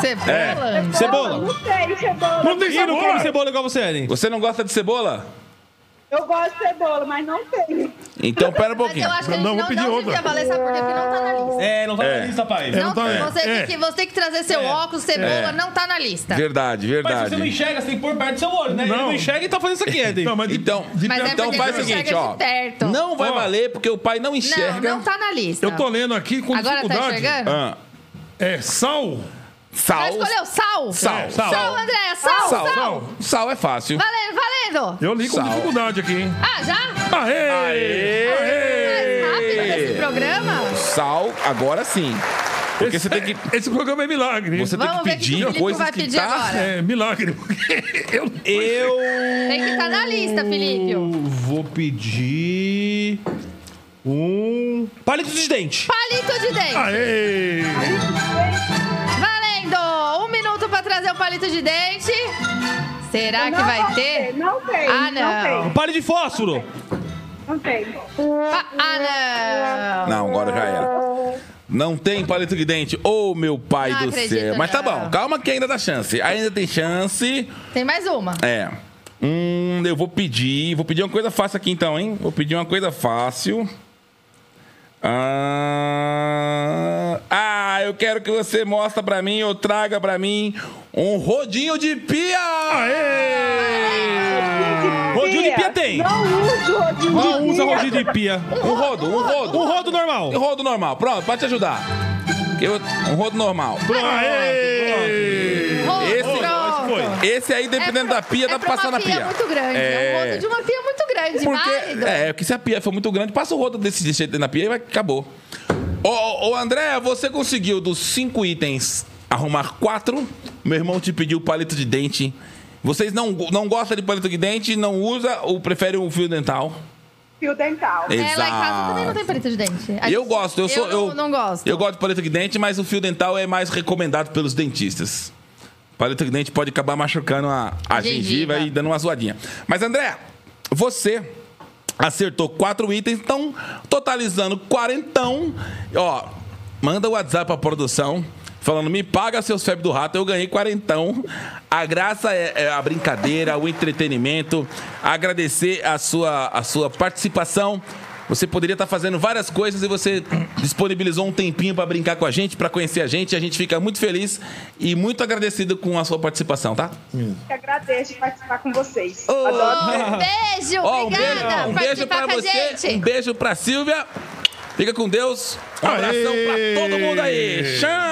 S2: Cebola.
S7: É.
S4: Cebola.
S7: Não tem cebola.
S5: Não tem
S4: Ih, não
S5: cebola.
S4: come cebola igual você, Ellen.
S3: Você não gosta de cebola?
S7: Eu gosto de cebola, mas não tem.
S3: Então, pera um
S2: Mas
S3: pouquinho.
S2: eu acho que a gente
S5: Não,
S2: não,
S5: vou
S2: não,
S5: pedir outra.
S2: devia valer, sabe por quê? Porque não tá na lista.
S4: É, não tá
S3: É.
S4: na lista, pai.
S5: É,
S4: Mas
S5: não
S2: Não,
S5: tá- é,
S2: você,
S5: é.
S2: Tem que, você tem que trazer seu
S4: É.
S2: óculos, cebola,
S3: É.
S2: não tá na lista.
S3: Verdade,
S4: se
S3: verdade.
S4: você não enxerga, você tem que pôr perto do seu olho, né?
S5: Não.
S4: Ele não enxerga e tá fazendo isso aqui, Eden.
S5: Não, mas de-
S3: Então,
S5: de
S2: Mas é
S3: então
S2: porque
S3: faz o
S2: você
S3: seguinte,
S2: enxerga de
S3: ó.
S2: perto.
S3: Não vai
S5: Ó.
S3: valer porque o pai não
S2: Não,
S3: enxerga.
S2: não tá na lista.
S5: Eu tô lendo aqui com
S2: Agora tá
S5: dificuldade.
S2: enxergando?
S3: Ah,
S5: é sal.
S2: Já
S3: sal.
S2: escolheu sal?
S3: Sal,
S2: Sal,
S5: sal.
S2: André, sal, sal.
S3: Sal. Sal é fácil.
S2: Valendo, valendo.
S5: Eu li com
S3: Sal.
S5: dificuldade aqui, hein?
S2: Ah, já?
S5: Aê!
S3: Aê!
S2: Mais rápido nesse programa?
S3: Sal, agora sim. Porque você tem que.
S5: Esse programa é milagre.
S3: Você tem
S2: Vamos
S3: que
S2: ver o que o
S3: pedir
S2: Filipe
S3: coisas
S2: vai
S3: que
S2: pedir
S3: tá
S2: agora.
S5: É milagre, porque eu
S4: Eu
S2: Tem que estar na lista, Felipe.
S4: vou pedir um palito de dente.
S2: Palito de dente.
S5: Aê!
S2: Valendo! Um minuto pra trazer o palito de dente. Será que
S7: Não
S2: vai
S7: vai
S2: ter?
S7: Não tem.
S2: Ah,
S4: Um palito de fósforo.
S7: Não tem. Não tem.
S2: Ah, não.
S3: Não, agora já era.
S4: Não tem palito de dente. Ô, meu pai
S2: Não
S4: do
S2: acredito,
S4: céu. Mas tá
S2: não.
S4: bom, calma que ainda dá chance. Ainda tem chance.
S2: Tem mais uma.
S4: É. Hum, eu vou pedir. Vou pedir uma coisa fácil aqui então, hein? Vou pedir uma coisa fácil. Ah, ah, eu quero que você mostre pra mim ou traga pra mim um rodinho de pia!
S3: Rodinho de pia tem.
S7: Não uso rodinho
S3: Qual
S7: de
S3: usa
S7: pia.
S3: rodinho de pia?
S4: Um rodo, um rodo.
S3: Um rodo normal.
S4: Um rodo normal, pronto, pra te ajudar. Eu- um rodo normal.
S5: Aê!
S2: Rodo,
S4: esse-
S2: pronto.
S4: Esse aí, dependendo
S2: É
S4: da pia,
S2: pra-
S4: dá pra passar na
S2: É pra
S4: pia.
S2: uma pia muito grande. É, um rodo de uma pia muito grande. Válido.
S4: Porque, é, porque se a pia for muito grande, passa o rodo desse jeito na pia e vai, acabou. Ô, ô, ô, André, você conseguiu dos cinco itens arrumar quatro. Meu irmão te pediu palito de dente. Vocês não, não gostam de palito de dente, não usa ou prefere um fio dental?
S7: Fio dental.
S4: É.
S2: É, lá em casa também não
S4: Exato.
S2: tem palito de dente. A
S4: eu
S2: gente-
S4: gosto, eu sou.
S2: não- não gosto.
S4: Eu gosto de palito de dente, mas o fio dental é mais recomendado pelos dentistas. Palito de dente pode acabar machucando a, a
S2: Gengiva.
S4: gengiva e dando uma zoadinha. Mas, André, você acertou quatro itens, então, totalizando quarentão. Ó, manda o WhatsApp pra produção. Falando, me paga seus febres do rato, eu ganhei quarentão. A graça é, é a brincadeira, o entretenimento. Agradecer a sua, a sua participação. Você poderia estar fazendo várias coisas e você disponibilizou um tempinho pra brincar com a gente, pra conhecer a gente. A gente fica muito feliz e muito agradecido com a sua participação, tá?
S7: Que agradeço de participar com vocês.
S4: Ô,
S7: Adoro.
S2: Oh, beijo,
S4: Ó, um
S2: obrigada
S4: beijo, um
S2: por
S4: beijo
S2: participar
S4: pra
S2: com a
S4: você,
S2: gente.
S4: um beijo pra Silvia. Fica com Deus. Um
S5: Aê!
S4: abração pra todo mundo aí.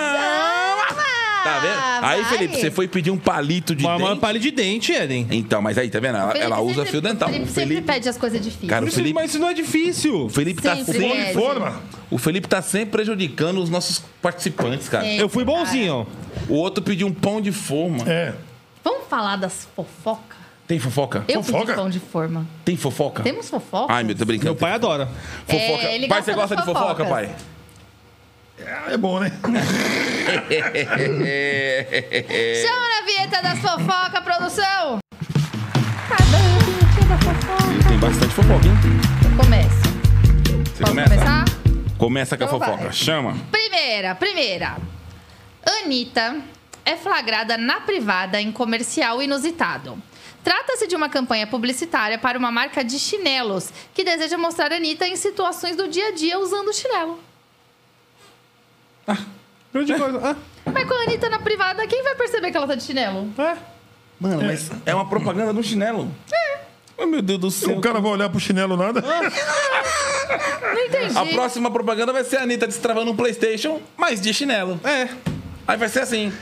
S4: Chama! Tá vendo? Aí,
S2: Ah, Vai.
S4: Felipe, você foi pedir um palito de
S3: Mas mas
S4: dente.
S3: palito de dente, Eden.
S4: Então, mas aí, tá vendo? Ela,
S2: Felipe
S4: ela usa
S2: sempre-
S4: fio dental.
S2: Felipe
S4: O
S2: sempre
S4: Felipe,
S2: pede as coisas difíceis.
S4: Cara, o
S3: Mas isso-
S4: Felipe,
S3: Mas isso não é difícil.
S4: o Felipe tá
S2: Sempre
S4: sempre-
S2: pede.
S5: Forma.
S4: O Felipe tá sempre prejudicando os nossos participantes, cara.
S2: Sim.
S3: Eu fui bonzinho.
S4: O outro pediu um pão de forma.
S5: É.
S2: Vamos falar das fofocas?
S4: Tem fofoca?
S2: Eu
S5: Fofoca?
S2: pedi pão de forma.
S4: Tem fofoca?
S2: Temos fofoca?
S4: Ai, meu, tô brincando.
S3: Meu pai adora.
S4: Fofoca.
S2: É, ele
S4: pai,
S2: gosta
S4: você gosta de
S2: das
S4: fofoca,
S2: fofocas.
S4: pai?
S5: É bom, né?
S2: Chama na vinheta das fofoca, produção!
S4: Tem bastante fofoca, hein?
S2: Começa.
S4: Você
S2: Posso
S4: começa?
S2: começar?
S4: Começa com a
S2: Então vai.
S4: fofoca. Chama.
S2: Primeira, primeira. Anitta é flagrada na privada em comercial inusitado. Trata-se de uma campanha publicitária para uma marca de chinelos que deseja mostrar Anitta em situações do dia a dia usando o chinelo.
S3: Ah, Grande coisa. Ah.
S2: Mas com a Anitta na privada, quem vai perceber que ela tá de chinelo?
S3: Ah, é.
S4: Mano, mas é uma propaganda do chinelo. É. meu Deus do céu.
S5: O cara vai olhar pro chinelo nada.
S2: Não entendi.
S4: A próxima propaganda vai ser a Anitta destravando um Playstation, mas de chinelo.
S3: É.
S4: Aí vai ser assim.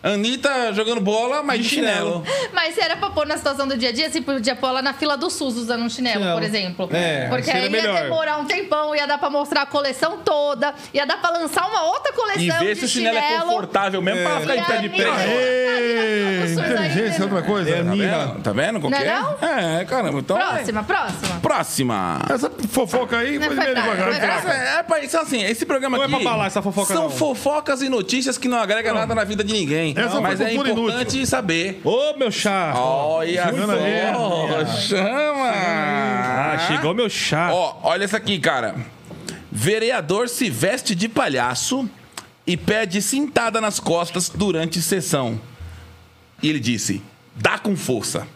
S4: Anitta jogando bola, mas de chinelo.
S2: Mas se era pra pôr na situação do dia a dia, se podia pôr ela na fila do SUS usando um chinelo,
S3: Chinelo.
S2: por exemplo.
S3: É,
S2: Porque
S3: seria
S2: aí ia
S3: melhor.
S2: demorar um tempão, ia dar pra mostrar a coleção toda, ia dar pra lançar uma outra coleção
S4: E ver
S2: de
S4: se o chinelo, é confortável mesmo pra ela ficar
S2: E
S4: em pé de
S2: aí,
S4: pé.
S5: Ê, inteligência é outra coisa.
S3: É, amigo.
S4: Tá vendo? Tá vendo qual
S2: Não é
S4: que é?
S2: não?
S4: É, caramba. Então,
S2: Próxima, próxima.
S4: É. Próxima.
S5: Essa fofoca aí
S2: Não
S5: foi
S2: foi
S5: meio
S2: nada,
S5: devagar.
S2: foi nada.
S5: fraca.
S4: É, é, pra- isso assim, esse programa
S3: Não é
S4: aqui.
S3: pra falar essa fofoca,
S4: São
S3: não.
S4: fofocas e notícias que não agregam nada na vida de ninguém.
S5: Essa foi
S4: Mas é
S5: cultura
S4: importante saber.
S3: Ô, meu chá.
S4: Olha
S5: Juliana
S4: só, chama!
S3: Ah, chegou meu chá.
S4: Ó, olha essa aqui, cara. Vereador se veste de palhaço e pede cintada nas costas durante sessão. E ele disse: dá com força.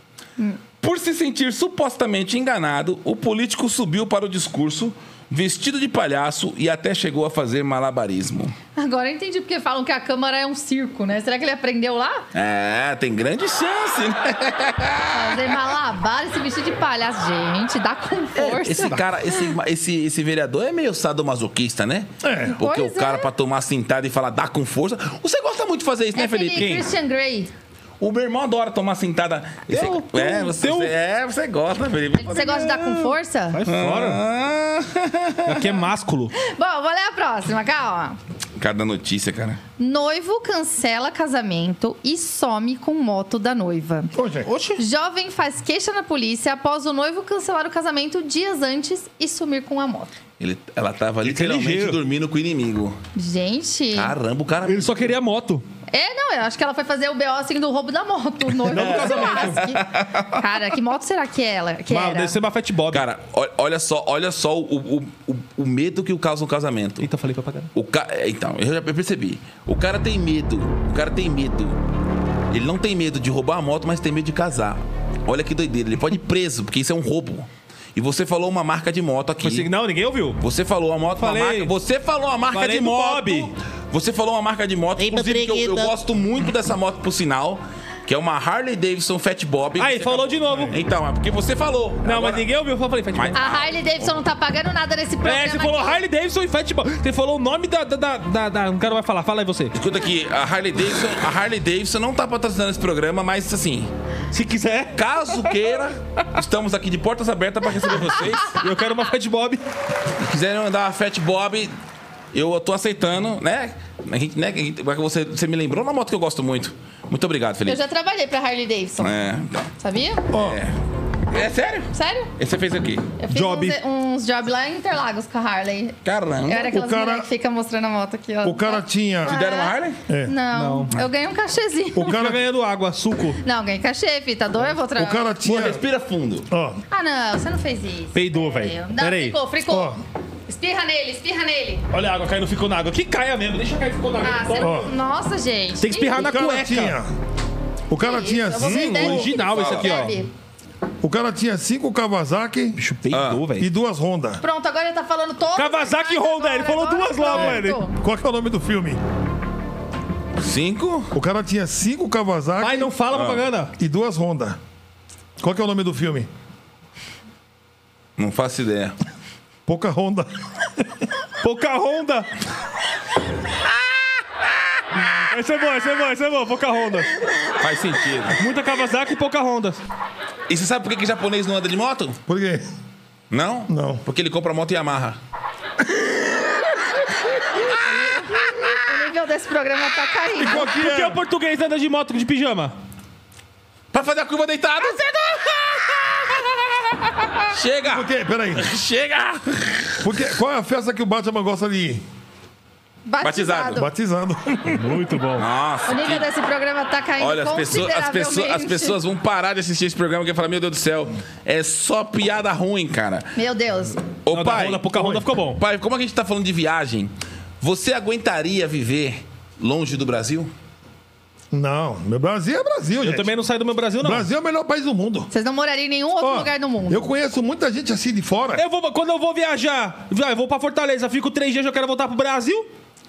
S4: Por se sentir supostamente enganado, o político subiu para o discurso vestido de palhaço e até chegou a fazer malabarismo.
S2: Agora eu entendi porque falam que a Câmara é um circo, né? Será que ele aprendeu lá?
S4: É, tem grande chance, né?
S2: Fazer malabar, se vestir de palhaço. Gente, dá com força.
S4: É, Esse cara, esse, esse, esse vereador é meio sadomasoquista, né?
S5: É.
S4: Porque
S2: Pois
S4: o cara,
S2: é.
S4: pra tomar cintada e falar, dá com força. Você gosta muito de fazer isso,
S2: é
S4: né,
S2: aquele
S4: Felipe? Quem?
S2: Christian Grey.
S4: O meu irmão adora tomar cintada. Esse-
S3: Eu-
S4: é, você,
S3: eu-
S4: é, você gosta, Felipe.
S2: Você gosta de dar com força?
S3: Vai fora.
S4: Ah.
S3: Aqui é másculo.
S2: Bom, vou ler a próxima, calma.
S4: Cada notícia, cara.
S2: Noivo cancela casamento e some com moto da noiva.
S5: Ô, gente.
S2: Jovem faz queixa na polícia após o noivo cancelar o casamento dias antes e sumir com a moto.
S4: Ele, ela tava
S3: Ele que é
S4: literalmente
S3: ligeiro.
S4: dormindo com o inimigo.
S2: Gente,
S4: Caramba, o cara.
S3: Ele só queria moto.
S2: É, não, eu acho que ela foi fazer o BO assim do roubo da moto. O noivo
S4: Não do
S2: que se
S4: casamento.
S2: lasque. Cara, que moto será que é ela? Que
S4: Mas
S2: era?
S4: deve ser Bafete Bob.
S3: Cara, ol- olha só, olha só o, o, o, o medo que causa um casamento.
S4: Eita, falei pra pagar.
S3: O ca... é, Então, eu já percebi. O cara tem medo. O cara tem medo. Ele não tem medo de roubar a moto, mas tem medo de casar. Olha que doideira. Ele pode ir preso, porque isso é um roubo. E você falou uma marca de moto aqui.
S4: Foi assim, não, ninguém ouviu.
S3: Você falou a moto, uma
S4: Falei.
S3: marca. Você falou a marca
S4: Falei
S3: de
S4: do
S3: moto.
S4: Bob.
S3: Você falou uma marca de moto,
S8: Ei,
S3: inclusive que eu, eu
S8: Patriquita.
S3: gosto muito dessa moto por sinal, que é uma Harley Davidson Fat Bob.
S4: Aí,
S3: Você-
S4: falou de novo.
S3: Então, é porque você falou.
S4: Não,
S3: Agora-
S4: mas ninguém ouviu. Eu falei Fat
S3: Mas-
S4: Bob.
S2: A Harley Davidson não tá pagando nada nesse programa.
S4: É, você falou
S2: aqui.
S4: Harley Davidson e Fat Bob. Você falou o nome da... da, da, da, da- O cara vai falar. Fala aí você.
S3: Escuta aqui, a Harley Davidson, a Harley Davidson não tá patrocinando esse programa, mas assim,
S4: Se quiser.
S3: caso queira, estamos aqui de portas abertas para receber vocês.
S4: E eu quero uma Fat Bob.
S3: Se quiserem mandar uma Fat Bob, eu tô aceitando, né? A gente, né? a gente- Você, você me lembrou uma moto que eu gosto muito. Muito obrigado,
S2: Eu
S3: Felipe.
S2: já trabalhei pra Harley Davidson.
S3: É, tá.
S2: Sabia?
S3: É sério?
S2: Sério?
S3: Você fez aqui.
S2: Eu fiz
S4: Job.
S2: uns, uns job lá em Interlagos com a Harley.
S3: Caramba.
S2: Eu era aquelas
S5: cara-
S2: mulher que fica mostrando a moto aqui, ó.
S5: O cara tinha.
S3: Te deram uma Harley?
S5: É.
S2: Não, eu ganhei um cachezinho.
S5: O
S4: Cara
S5: cara,
S4: ganhando água, suco.
S2: Não, ganhei cachê, fita dor, eu vou
S5: o
S2: trabalhar.
S5: cara
S3: Pô,
S5: tinha.
S3: respira fundo.
S5: Ó,
S2: Ah, não, você não fez isso.
S4: Peidou, velho.
S2: Eu- Não,
S4: Pera aí.
S2: fricou, fricou.
S5: Ó.
S2: Espirra nele, espirra nele.
S4: Olha a água caindo, ficou na água. Que caia mesmo. Deixa cair, ficou na água.
S2: Ah, você
S5: Ó.
S2: não... Nossa, gente.
S4: Tem que espirrar
S5: o
S4: na
S5: cara
S4: cueca.
S5: tinha. O cara tinha
S2: Eu vou ver
S5: cinco.
S2: dez-
S4: Original esse aqui, ó.
S2: Bebe.
S5: O cara tinha cinco Kawasaki
S4: Bicho, peidou, velho.
S5: e duas Honda.
S2: Pronto, agora ele tá falando todo.
S4: Kawasaki Honda, ele falou duas lá, mano.
S5: Qual que é o nome do filme?
S3: Cinco?
S5: O cara tinha cinco Kawasaki
S4: Ai, não fala
S5: Ah.
S4: propaganda.
S5: e duas Honda. Qual que é o nome do filme?
S3: Não faço ideia.
S5: Pouca Honda.
S4: Pouca Honda. Essa é boa, essa é boa, essa é boa. Pouca Honda.
S3: Faz sentido.
S4: Muita Kawasaki e pouca Honda.
S3: E você sabe por que, que japonês não anda de moto?
S5: Por quê?
S3: Não?
S5: Não.
S3: Porque ele compra moto Yamaha.
S2: O nível desse programa tá caindo.
S4: Ah,
S5: Qual que
S4: Por que
S5: é?
S4: o português anda de moto de pijama?
S3: Pra fazer a curva deitada. Chega!
S5: Por quê? Peraí.
S3: Chega!
S5: Por quê? Qual é a festa que o Batman gosta de ir?
S3: Batizado.
S5: Batizando.
S4: Muito bom.
S2: O
S3: Nossa,
S2: nível
S3: que...
S2: desse programa tá caindo
S3: Olha, as pessoas, as, pessoas, as
S2: consideravelmente.
S3: pessoas vão parar de assistir esse programa que vai falar, meu Deus do céu, é só piada ruim, cara.
S2: Meu Deus.
S3: Ô,
S4: Não, da
S3: pai,
S4: Honda, pouca Honda ficou bom.
S3: pai, como a gente tá falando de viagem, você aguentaria viver longe do Brasil?
S5: Não, meu Brasil é Brasil,
S4: Eu
S5: gente.
S4: também não saio do meu Brasil, não.
S5: Brasil é o melhor país do mundo.
S2: Vocês não morariam em nenhum outro
S5: Ó,
S2: lugar do mundo.
S5: Eu conheço muita gente assim de fora.
S4: Eu vou, quando eu vou viajar, vai, eu vou pra Fortaleza, fico três dias, eu quero voltar pro Brasil.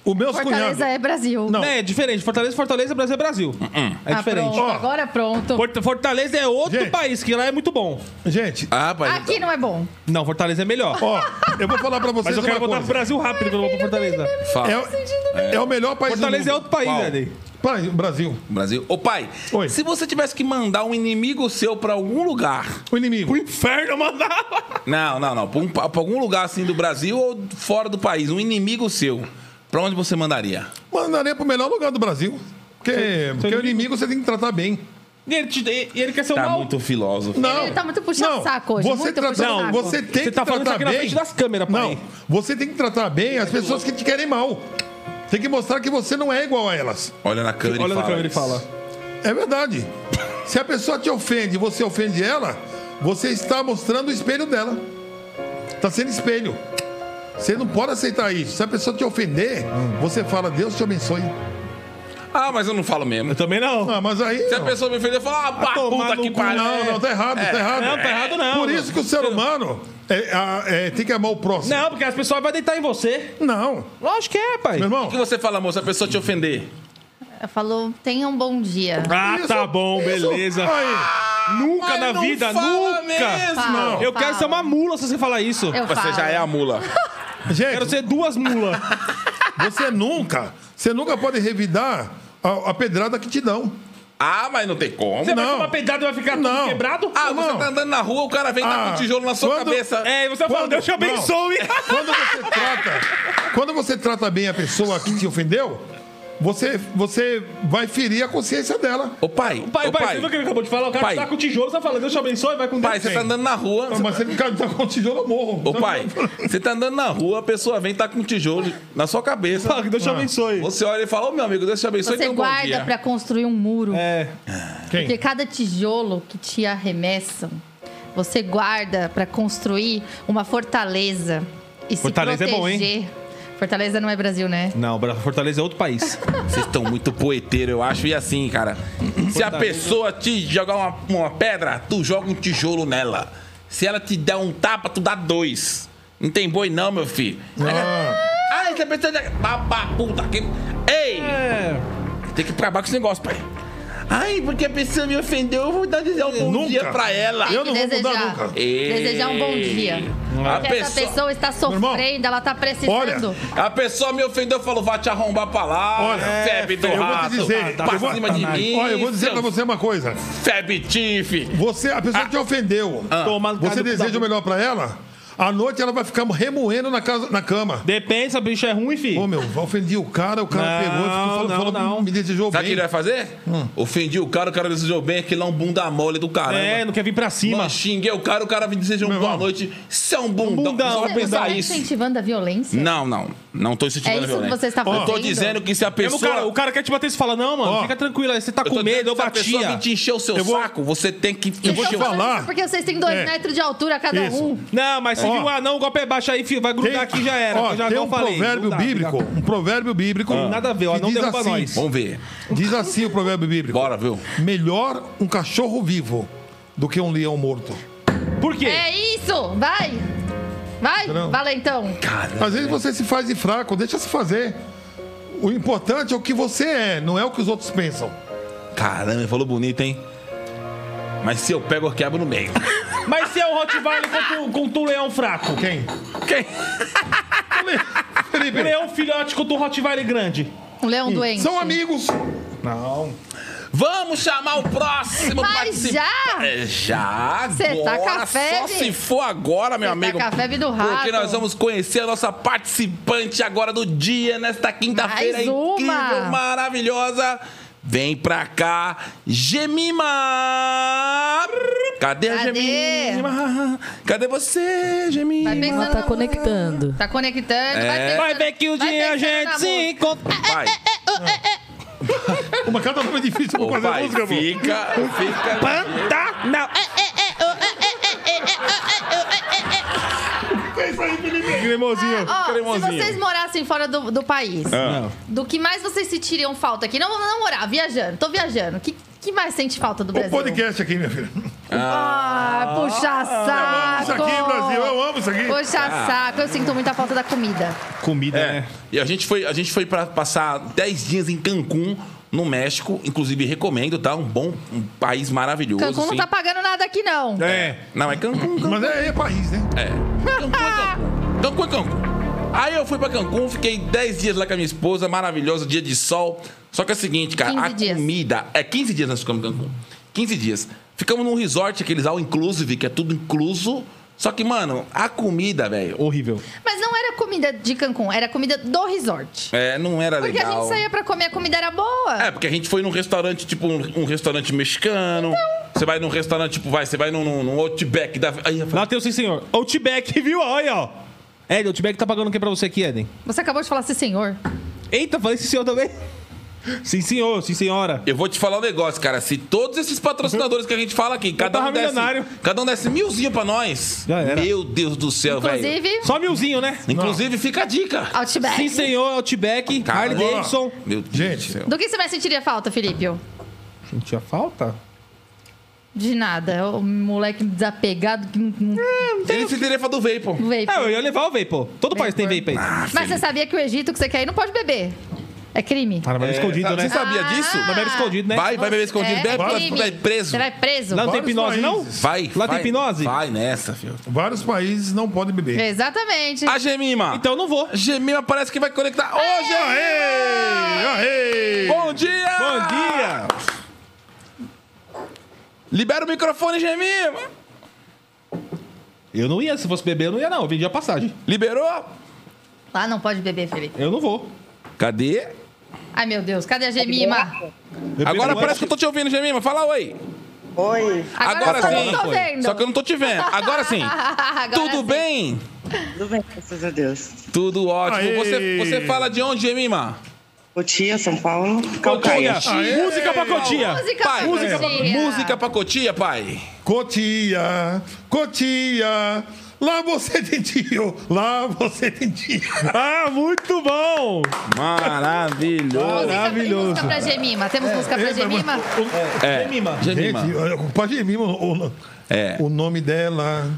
S5: Os meus cunhados.
S2: Fortaleza é Brasil.
S5: Não. Uh-uh.
S4: É, é diferente. Fortaleza, Fortaleza, Brasil é Brasil. É
S2: Ah,
S4: diferente.
S2: pronto,
S5: Ó.
S2: Agora pronto.
S4: Fort- Fortaleza é outro
S5: Gente.
S4: país, que lá é muito bom.
S5: Gente,
S3: Ah, pai.
S2: Aqui não é bom.
S4: Não, Fortaleza é melhor.
S5: ó, eu vou falar pra
S4: Mas
S5: vocês
S4: eu
S5: uma
S4: quero voltar pro
S5: coisa.
S4: Brasil rápido quando eu vou pra Fortaleza.
S3: Fala.
S5: É, é o melhor país
S4: Fortaleza é
S5: do mundo.
S4: outro país,
S3: Qual?
S4: velho.
S5: Pra- Brasil.
S3: Brasil. Ô, pai,
S5: Oi.
S3: se você tivesse que mandar um inimigo seu pra algum lugar.
S5: O inimigo.
S4: Pro inferno mandava.
S3: Não, não, não. Pra, um- pra algum lugar assim do Brasil ou fora do país. Um inimigo seu. Pra onde você mandaria?
S5: Mandaria pro melhor lugar do Brasil. Porque, porque o inimigo você tem que tratar bem.
S4: E ele, te- e ele quer ser um
S3: Tá
S4: mal.
S3: muito filósofo.
S5: Não.
S2: Ele tá muito puxando
S5: não,
S2: saco hoje,
S5: Você,
S2: muito
S5: trata-
S2: puxando
S5: não,
S2: saco.
S5: você tem
S4: Você
S5: que
S4: tá falando isso
S5: tratar
S4: aqui
S5: bem.
S4: na frente das câmeras, pai.
S5: Não, você tem que tratar bem as pessoas que te querem mal. Tem que mostrar que você não é igual a elas.
S3: Olha na câmera
S4: Olha
S3: e
S4: na
S3: fala.
S4: câmera e fala.
S5: É verdade. Se a pessoa te ofende e você ofende ela, você está mostrando o espelho dela. Está sendo espelho. Você não pode aceitar isso. Se a pessoa te ofender, você fala, Deus te abençoe.
S3: Ah, mas eu não falo mesmo.
S4: Eu também não.
S5: Ah, mas aí.
S3: Se a
S5: não.
S3: pessoa me ofender, eu falo, ah, pá,
S4: tomar
S3: puta
S4: no
S3: que
S4: cu,
S3: pariu.
S5: Não, não, tá errado, tá errado.
S4: Não, tá errado não.
S5: Por isso que o ser humano é, a- é, tem que amar o próximo.
S4: Não, porque as pessoas vão deitar em você.
S5: Não.
S4: Lógico que é, pai.
S3: O
S5: Meu irmão,
S3: que você fala, moça? A pessoa te ofender.
S2: Ela falou, tenha um bom dia.
S4: Ah,
S5: Isso,
S4: tá bom,
S5: isso.
S4: beleza.
S5: Aí,
S4: Nunca
S3: Mas
S4: na
S3: não
S4: vida,
S3: fala
S4: nunca.
S3: mesmo.
S2: Fala,
S4: Eu
S2: fala.
S4: quero ser uma mula se você falar isso.
S2: Eu
S3: Você
S2: falo.
S3: já é a mula.
S4: Quero
S5: gente,
S4: ser duas mulas.
S5: você nunca, você nunca pode revidar a, a pedrada que te dão.
S3: Ah, mas não tem como.
S4: Você vai
S5: Não.
S4: tomar pedrada e vai ficar
S5: Não.
S4: tudo quebrado?
S3: Ah,
S5: Não.
S3: você tá andando na rua, o cara vem e tá
S5: Ah,
S3: com um tijolo na sua
S5: quando-
S3: cabeça.
S4: É, e você fala,
S5: Quando-
S4: Deus te
S5: Não.
S4: abençoe.
S5: Quando você trata, quando você trata bem a pessoa que te ofendeu, você, você vai ferir a consciência dela.
S3: Ô pai, ô
S4: Pai, pai, você viu o que ele acabou de falar? O cara
S3: Pai.
S4: tá com o tijolo, você tá falando, Deus te abençoe, vai com Deus.
S3: pai, você tá
S5: Sim.
S3: andando na rua.
S5: Ah, Mas você ficar tá com o tijolo, eu morro.
S3: Ô pai, você tá andando na rua, a pessoa vem e tá com um tijolo na sua cabeça.
S4: Fala, que Deus te abençoe.
S3: Você olha e fala, ô meu amigo, Deus te abençoe
S2: Você
S3: tenha um bom
S2: guarda
S3: dia.
S2: pra construir um muro.
S4: É.
S2: Porque cada tijolo que te arremessam, você guarda pra construir uma fortaleza e
S4: Fortaleza é
S2: se
S4: bom, hein?
S2: proteger. Fortaleza não é Brasil, né?
S4: Não, Bra- Fortaleza é outro país.
S3: Vocês estão muito poeteiro, eu acho. E assim, cara, se a pessoa te jogar uma, uma pedra, tu joga um tijolo nela. Se ela te der um tapa, tu dá dois. Não tem boi não, meu filho.
S5: Ah,
S3: Ah, essa pessoa... Babá, puta que... Ei!
S4: É.
S3: Tem que acabar com esse negócio, pai. Ai, porque a pessoa me ofendeu, eu vou dar dizer um bom
S5: Nunca.
S3: dia pra ela.
S5: Eu
S2: que
S5: não vou mudar
S2: desejar.
S5: nunca.
S3: Ei.
S2: Desejar um bom dia.
S3: A
S2: Porque essa pessoa está sofrendo, ela está precisando.
S5: olha,
S3: A pessoa me ofendeu e falou: vai te arrombar pra lá. é
S5: Olha,
S3: febre do
S5: eu vou te
S3: rato.
S5: dizer,
S3: tá pra
S5: eu vou-
S3: cima de mim.
S5: Olha, eu vou dizer pra você uma coisa.
S3: Febre tife.
S5: Você, a
S3: Ah.
S5: pessoa te ofendeu.
S4: Toma no
S5: Você
S4: caso-
S5: deseja o melhor pra ela? À noite ela vai ficar remoendo na, casa, na cama.
S4: Depende se a bicha é ruim, filho.
S5: Ô meu, ofendi o cara, o cara
S4: Não,
S5: pegou e ficou falando,
S4: não,
S5: falando
S4: não.
S5: me desejou
S3: Sabe o que
S5: bem.
S3: ele é vai fazer?
S5: Hum.
S3: Ofendi o cara, o cara desejou bem, aquele é um bunda mole do caramba.
S4: é, não quer vir pra cima.
S3: Mano, xinguei o cara, o cara me desejou uma
S5: Meu
S3: boa
S5: irmão.
S3: noite. Você é um bundão.
S4: Bundão,
S3: Só
S2: Você- você
S3: pensar
S2: tá
S3: isso.
S2: incentivando a violência?
S3: Não, não. Não tô incentivando
S2: É isso
S3: a violência.
S2: que você está
S3: Eu tô
S2: fazendo?
S3: dizendo que se a
S4: Mesmo
S3: pessoa.
S4: o cara, o cara quer te bater, você fala, não, mano,
S5: Ó.
S4: fica tranquilo aí, você tá
S3: Eu tô
S4: com medo,
S3: dizendo
S4: eu
S3: que Se a pessoa
S4: batia.
S3: vir te encher o seu
S5: Eu vou-
S3: saco, você tem que.
S2: Vocês
S5: vou te
S2: estão falando
S5: falar.
S2: isso Porque vocês têm dois
S5: É.
S2: metros de altura cada
S5: Isso.
S2: um.
S4: Não, mas se
S5: Ó.
S4: viu, ah, não, o golpe é baixo aí, filho, vai grudar aqui já era.
S5: Ó,
S4: eu já
S5: tem
S4: não
S5: um
S4: falei.
S5: provérbio
S4: não dá,
S5: bíblico,
S4: fica-
S5: um provérbio bíblico.
S4: Nada a ver, ó,
S5: que
S4: não
S5: diz
S4: derruba
S5: assim,
S4: nós.
S3: Vamos ver.
S5: Diz assim o provérbio bíblico.
S3: Bora, viu?
S5: Melhor um cachorro vivo do que um leão morto.
S4: Por quê?
S2: É isso! Vai! Vai, então.
S5: Não.
S2: valentão!
S3: Cara.
S5: Às vezes você se faz de fraco, deixa se fazer. O importante é o que você é, não é o que os outros pensam.
S3: Caramba, ele falou bonito, hein? Mas se eu pego, eu quebro no meio.
S4: Mas se é um Rottweiler contra, um- contra um leão fraco?
S5: Quem?
S3: Quem?
S4: Um leão filhote contra um Rottweiler grande?
S2: Um leão doente.
S5: São amigos.
S4: Não.
S3: Vamos chamar o próximo
S2: Mas
S3: participa-
S2: já?
S3: É, Já!
S2: Cê tá
S3: agora,
S2: com a
S3: Só
S2: febre?
S3: se for agora,
S2: Cê
S3: meu
S2: tá
S3: amigo.
S2: com a febre do
S3: Porque
S2: rato.
S3: nós vamos conhecer a nossa participante agora do dia, nesta quinta-feira
S2: Mais
S3: incrível,
S2: uma.
S3: maravilhosa. Vem pra cá, Gemima! Cadê a
S2: Cadê?
S3: Gemima? Cadê você, Gemima?
S2: Vai pensando.
S6: Ela tá conectando.
S2: Tá conectando, vai
S3: É.
S2: pensando.
S4: Vai ver que o
S2: vai
S4: dia a
S2: pensando,
S4: gente
S2: amor.
S4: se encontra.
S2: É,
S3: Vai.
S5: Uma cada nome é difícil pra
S3: Ô,
S5: fazer
S3: pai,
S5: música, pô.
S3: fica, fica.
S4: Pantanal. Cremosinho.
S2: Ó, se
S4: cremosinho.
S2: vocês morassem fora do, do país,
S5: Ah.
S4: Não.
S2: do que mais vocês sentiriam falta aqui? Não, não morar, viajando, tô viajando. O que, que mais sente falta do
S5: O
S2: Brasil?
S5: podcast aqui, minha filha.
S2: Ah, puxa
S5: Isso
S2: saco!
S5: aqui, Brasil, eu amo isso aqui. Ah.
S2: Puxa saco, eu sinto muita falta da comida.
S4: Comida,
S3: É.
S4: né?
S3: E a gente foi, a gente foi para passar 10 dias em Cancún, no México. Inclusive, recomendo, tá? Um bom um país maravilhoso.
S2: Cancún não
S3: sim.
S2: tá pagando nada aqui, não.
S4: É.
S3: Não, é Cancún. Cancún.
S5: Mas é, é país, né?
S3: É. Cancún é Cancún. Cancún é Cancún. Aí eu fui pra Cancún, fiquei 10 dias lá com a minha esposa, maravilhoso, dia de sol. Só que é o seguinte, cara,
S2: 15
S3: a
S2: dias.
S3: comida. É 15 dias nós ficamos em Cancún. 15 dias. Ficamos num resort, aqueles all inclusive, que é tudo incluso. Só que, mano, a comida, velho.
S4: Horrível.
S2: Mas não era comida de Cancún, era comida do resort.
S3: É, não era
S2: Porque
S3: legal.
S2: a gente saía pra comer, a comida era boa.
S3: É, porque a gente foi num restaurante, tipo, um, um restaurante mexicano. Você vai num restaurante, tipo, vai, você vai num, num, num Outback da. Aí eu
S4: Lá
S3: falei,
S4: tem o sim, senhor. Outback, viu? Olha, ó. Eden, Outback tá pagando o que pra você aqui, Eden?
S2: Você acabou de falar assim, senhor.
S4: Eita, falei sim, senhor também. Sim, senhor. Sim, senhora.
S3: eu vou te falar um negócio, cara. Se todos esses patrocinadores que a gente fala aqui, cada
S4: tava
S3: um, desse,
S4: milionário.
S3: cada um desse milzinho pra nós.
S4: Já era.
S3: Meu Deus do céu, velho. Inclusive,
S2: Inclusive,
S4: Só milzinho, né?
S3: fica a dica.
S2: Outback.
S4: Sim, senhor. Outback, Harley
S5: Caramba.
S4: Davidson.
S3: Meu Deus
S5: Gente.
S3: do céu.
S2: Do que você mais sentiria falta, Felipe?
S4: Sentia falta?
S2: De nada. O moleque desapegado que não- não
S3: Ele se teria do Vapor.
S2: veio.
S4: É, eu ia levar o Vapor. Todo país tem Vapor aí.
S2: Mas você sabia que o Egito que você quer ir não pode beber. É crime.
S3: Tá
S4: Ah, não vai escondido,
S3: sabe-
S4: né?
S3: É, você sabia
S2: Ah.
S3: disso?
S4: Não bebe escondido, né?
S3: Vai, vai beber escondido.
S2: É
S3: bebe,
S2: crime.
S3: vai, vai preso.
S2: Você vai preso.
S4: Lá não tem
S5: Vários
S4: hipnose, não?
S5: países.
S3: Vai,
S4: Lá
S3: vai,
S4: tem hipnose?
S3: Vai nessa, filho.
S5: Vários países não podem
S2: É.
S5: beber.
S2: Exatamente.
S3: A Gemima.
S4: Então eu não vou.
S3: Gemima parece que vai conectar hoje.
S5: Aê! Aê!
S3: Bom dia!
S4: Bom dia!
S3: Libera o microfone, Gemima.
S4: Eu não ia, se fosse beber, eu não ia, não. Eu vendia passagem.
S3: Liberou?
S2: Ah, Lá não pode beber, Felipe.
S4: Eu não vou.
S3: Cadê?
S2: Ai, meu Deus, cadê a Gemima?
S4: um
S3: Agora parece que eu tô te ouvindo, Gemima. Fala oi.
S8: Oi,
S3: Agora,
S2: só
S3: sim.
S2: não tô vendo.
S3: Só que eu não tô te vendo. Agora sim.
S2: Agora
S3: Tudo
S2: sim.
S3: bem?
S8: tudo bem, graças a Deus.
S3: Tudo ótimo.
S5: Aê.
S3: Você, você fala de onde, Gemima?
S8: Cotia, São Paulo.
S4: Cotia.
S8: Calcaia.
S5: Aê.
S4: Música pra Cotia.
S2: Música
S3: Pai,
S2: pra
S3: música,
S2: Cotia.
S3: música pra Cotia, pai.
S5: Cotia, Cotia, lá você tem tio, lá você tem tio.
S4: Ah, muito bom.
S3: Maravilhoso.
S4: Maravilhoso.
S2: Música pra Gemima. Temos música pra
S5: é,
S2: Gemima?
S3: É.
S4: Gemima.
S3: Gemima.
S5: Gente, olha, o Padre Mima, o,
S3: É.
S5: o nome dela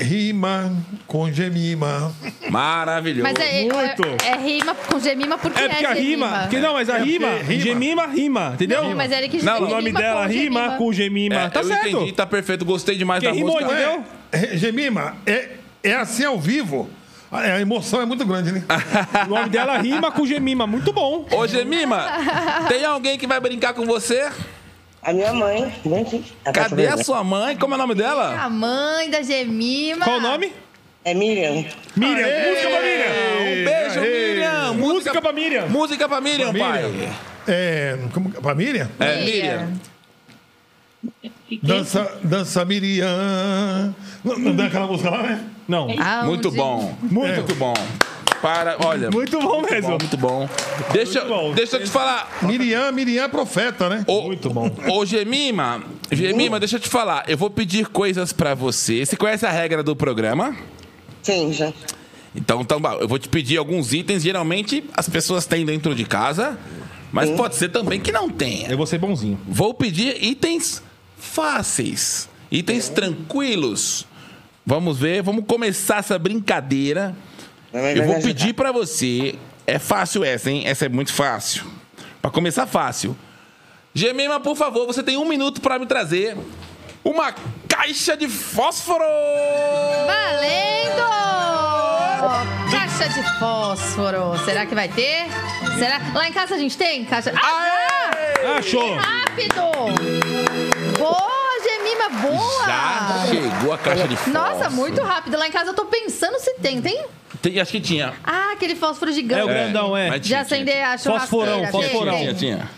S5: rima com Gemima.
S3: Maravilhoso.
S2: Mas é,
S4: Muito.
S2: é, é rima com Gemima porque é,
S4: É porque a
S2: Gemima.
S4: rima. Porque não, mas a
S5: É
S4: rima.
S5: porque rima.
S4: Gemima rima, entendeu?
S2: Não, mas ele que
S3: Não,
S2: é
S4: O nome
S2: rima
S4: dela
S2: com
S4: rima com Gemima.
S3: É,
S4: tá
S3: eu
S4: certo.
S3: entendi, tá perfeito. Gostei demais
S4: Porque
S3: da
S4: rimou,
S3: música.
S4: entendeu?
S5: É, Gemima, é, é assim ao vivo. A a emoção é muito grande, né?
S4: O nome dela rima com Gemima. Muito bom.
S3: Ô, Gemima, tem alguém que vai brincar com você?
S8: A minha mãe, vem aqui. Ela tá
S3: Cadê a
S8: vendo?
S3: sua mãe? Como é o nome dela?
S2: A mãe da Gemima.
S4: Qual o nome?
S8: É Miriam.
S4: Miriam.
S5: Aê.
S4: Música pra Miriam.
S3: Um beijo,
S5: Aê.
S3: Miriam.
S4: Música pra Miriam.
S3: Música pra Miriam, pai.
S5: Miriam. É, como, pra Miriam?
S3: É, Miriam.
S5: Dança, dança Miriam. Não, não dá aquela música lá, né?
S4: Não.
S2: Aonde?
S3: Muito bom. Muito bom. Para, olha.
S4: É. Muito bom
S3: bom,
S4: mesmo.
S3: muito bom. Deixa, eu-
S4: bom.
S3: deixa eu te falar.
S5: Miriam, Miriam é profeta, né?
S3: Ô,
S4: Muito bom.
S3: Ô, Gemima, Gemima, deixa eu te falar. Eu vou pedir coisas pra você. Você conhece a regra do programa?
S8: Sim, já.
S3: Então, tá bom. eu vou te pedir alguns itens. Geralmente as pessoas têm dentro de casa, mas pode ser também que não tenha.
S4: Eu vou ser bonzinho.
S3: Vou pedir itens fáceis, itens tranquilos. Vamos ver, vamos começar essa brincadeira.
S8: Vai, vai,
S3: eu
S8: vai
S3: vou
S8: me ajudar.
S3: pedir pra você. É fácil essa, hein? Essa é muito fácil. Pra começar fácil. Gemima, por favor, você tem um minuto pra me trazer uma caixa de fósforo.
S2: Valendo! Caixa de fósforo. Será que vai ter? Será? Lá em casa a gente tem caixa.
S4: é?
S2: Ah,
S4: Achou.
S2: rápido! Boa, Gemima, boa!
S3: Já chegou a caixa de fósforo.
S2: Nossa, muito rápido. Lá em casa eu tô pensando se tem. Tem?
S3: Tem- acho que tinha.
S2: Ah, aquele fósforo
S4: É o
S2: gigante.
S4: grandão, é.
S3: Mas
S2: De acender a churrasqueira.
S4: Fosforão,
S2: Tem,
S4: fosforão.
S2: tem.
S3: Tinha, tinha.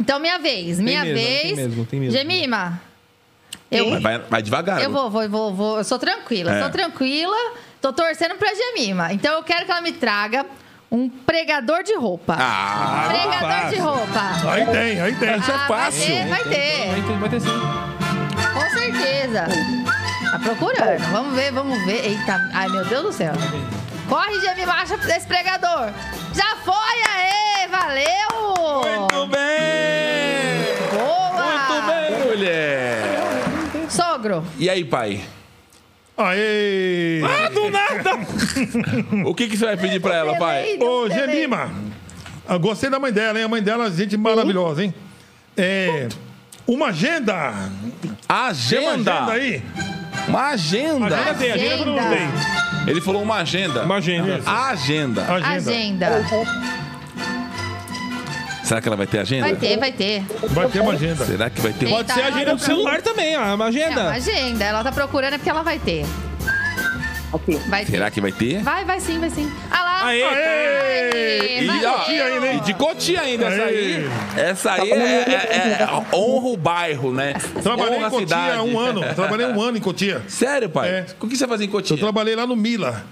S2: Então, minha vez, minha
S4: mesmo,
S2: vez.
S4: tem mesmo, tem mesmo.
S2: Gemima, eu,
S3: Mas vai, vai devagar.
S2: eu vou, vou, vou, vou. Eu sou tranquila,
S3: É.
S2: sou tranquila. Tô torcendo pra Gemima. Então, eu quero que ela me traga um pregador de roupa.
S3: Ah,
S2: pregador de roupa.
S5: Aí tem, aí tem.
S4: é
S2: Ah,
S3: fácil.
S2: Vai ter, vai ter.
S4: Vai ter sim.
S2: Com certeza. Tá procurando. Vamos ver, vamos ver. Eita, ai meu Deus do céu. Corre, Gemima, acha esse pregador. Já foi, aê! Valeu!
S3: Muito bem! Muito
S2: Boa!
S3: bem, mulher!
S2: Sogro,
S3: E aí, pai?
S5: Aê!
S4: Ah, do nada.
S3: O que, que você vai pedir pra ela, pai?
S5: Ô,
S2: um
S5: Gemima, eu gostei da mãe dela, hein? A mãe dela, é gente maravilhosa, hein? É. Uma agenda! Tem uma
S3: Agenda!
S5: agenda aí?
S3: Uma agenda!
S4: Agenda tem, agenda todo mundo tem.
S3: Ele falou uma agenda.
S4: Uma agenda.
S3: Agenda.
S5: Agenda.
S2: agenda.
S3: Será que ela vai ter agenda?
S2: Vai ter, vai ter.
S5: Vai ter uma agenda.
S3: Será que vai ter?
S2: Tem.
S4: Pode ser a agenda do celular também, ó. Uma
S2: É uma
S4: agenda.
S2: agenda. Ela tá procurando é porque ela vai ter. Vai ter.
S3: Será que vai ter?
S2: Vai, vai sim, vai sim. Ah lá.
S4: Aê!
S2: Aê!
S3: E, ó,
S2: Valeu!
S3: e de Cotia ainda, essa aí. Essa aí é, é- é- honra o bairro, né?
S5: Trabalhei
S3: honra
S5: em
S3: a
S5: Cotia
S3: cidade.
S5: um ano. Trabalhei um ano em Cotia.
S3: Sério, pai?
S5: É.
S3: O que você fazia em Cotia?
S5: Eu trabalhei lá no Mila.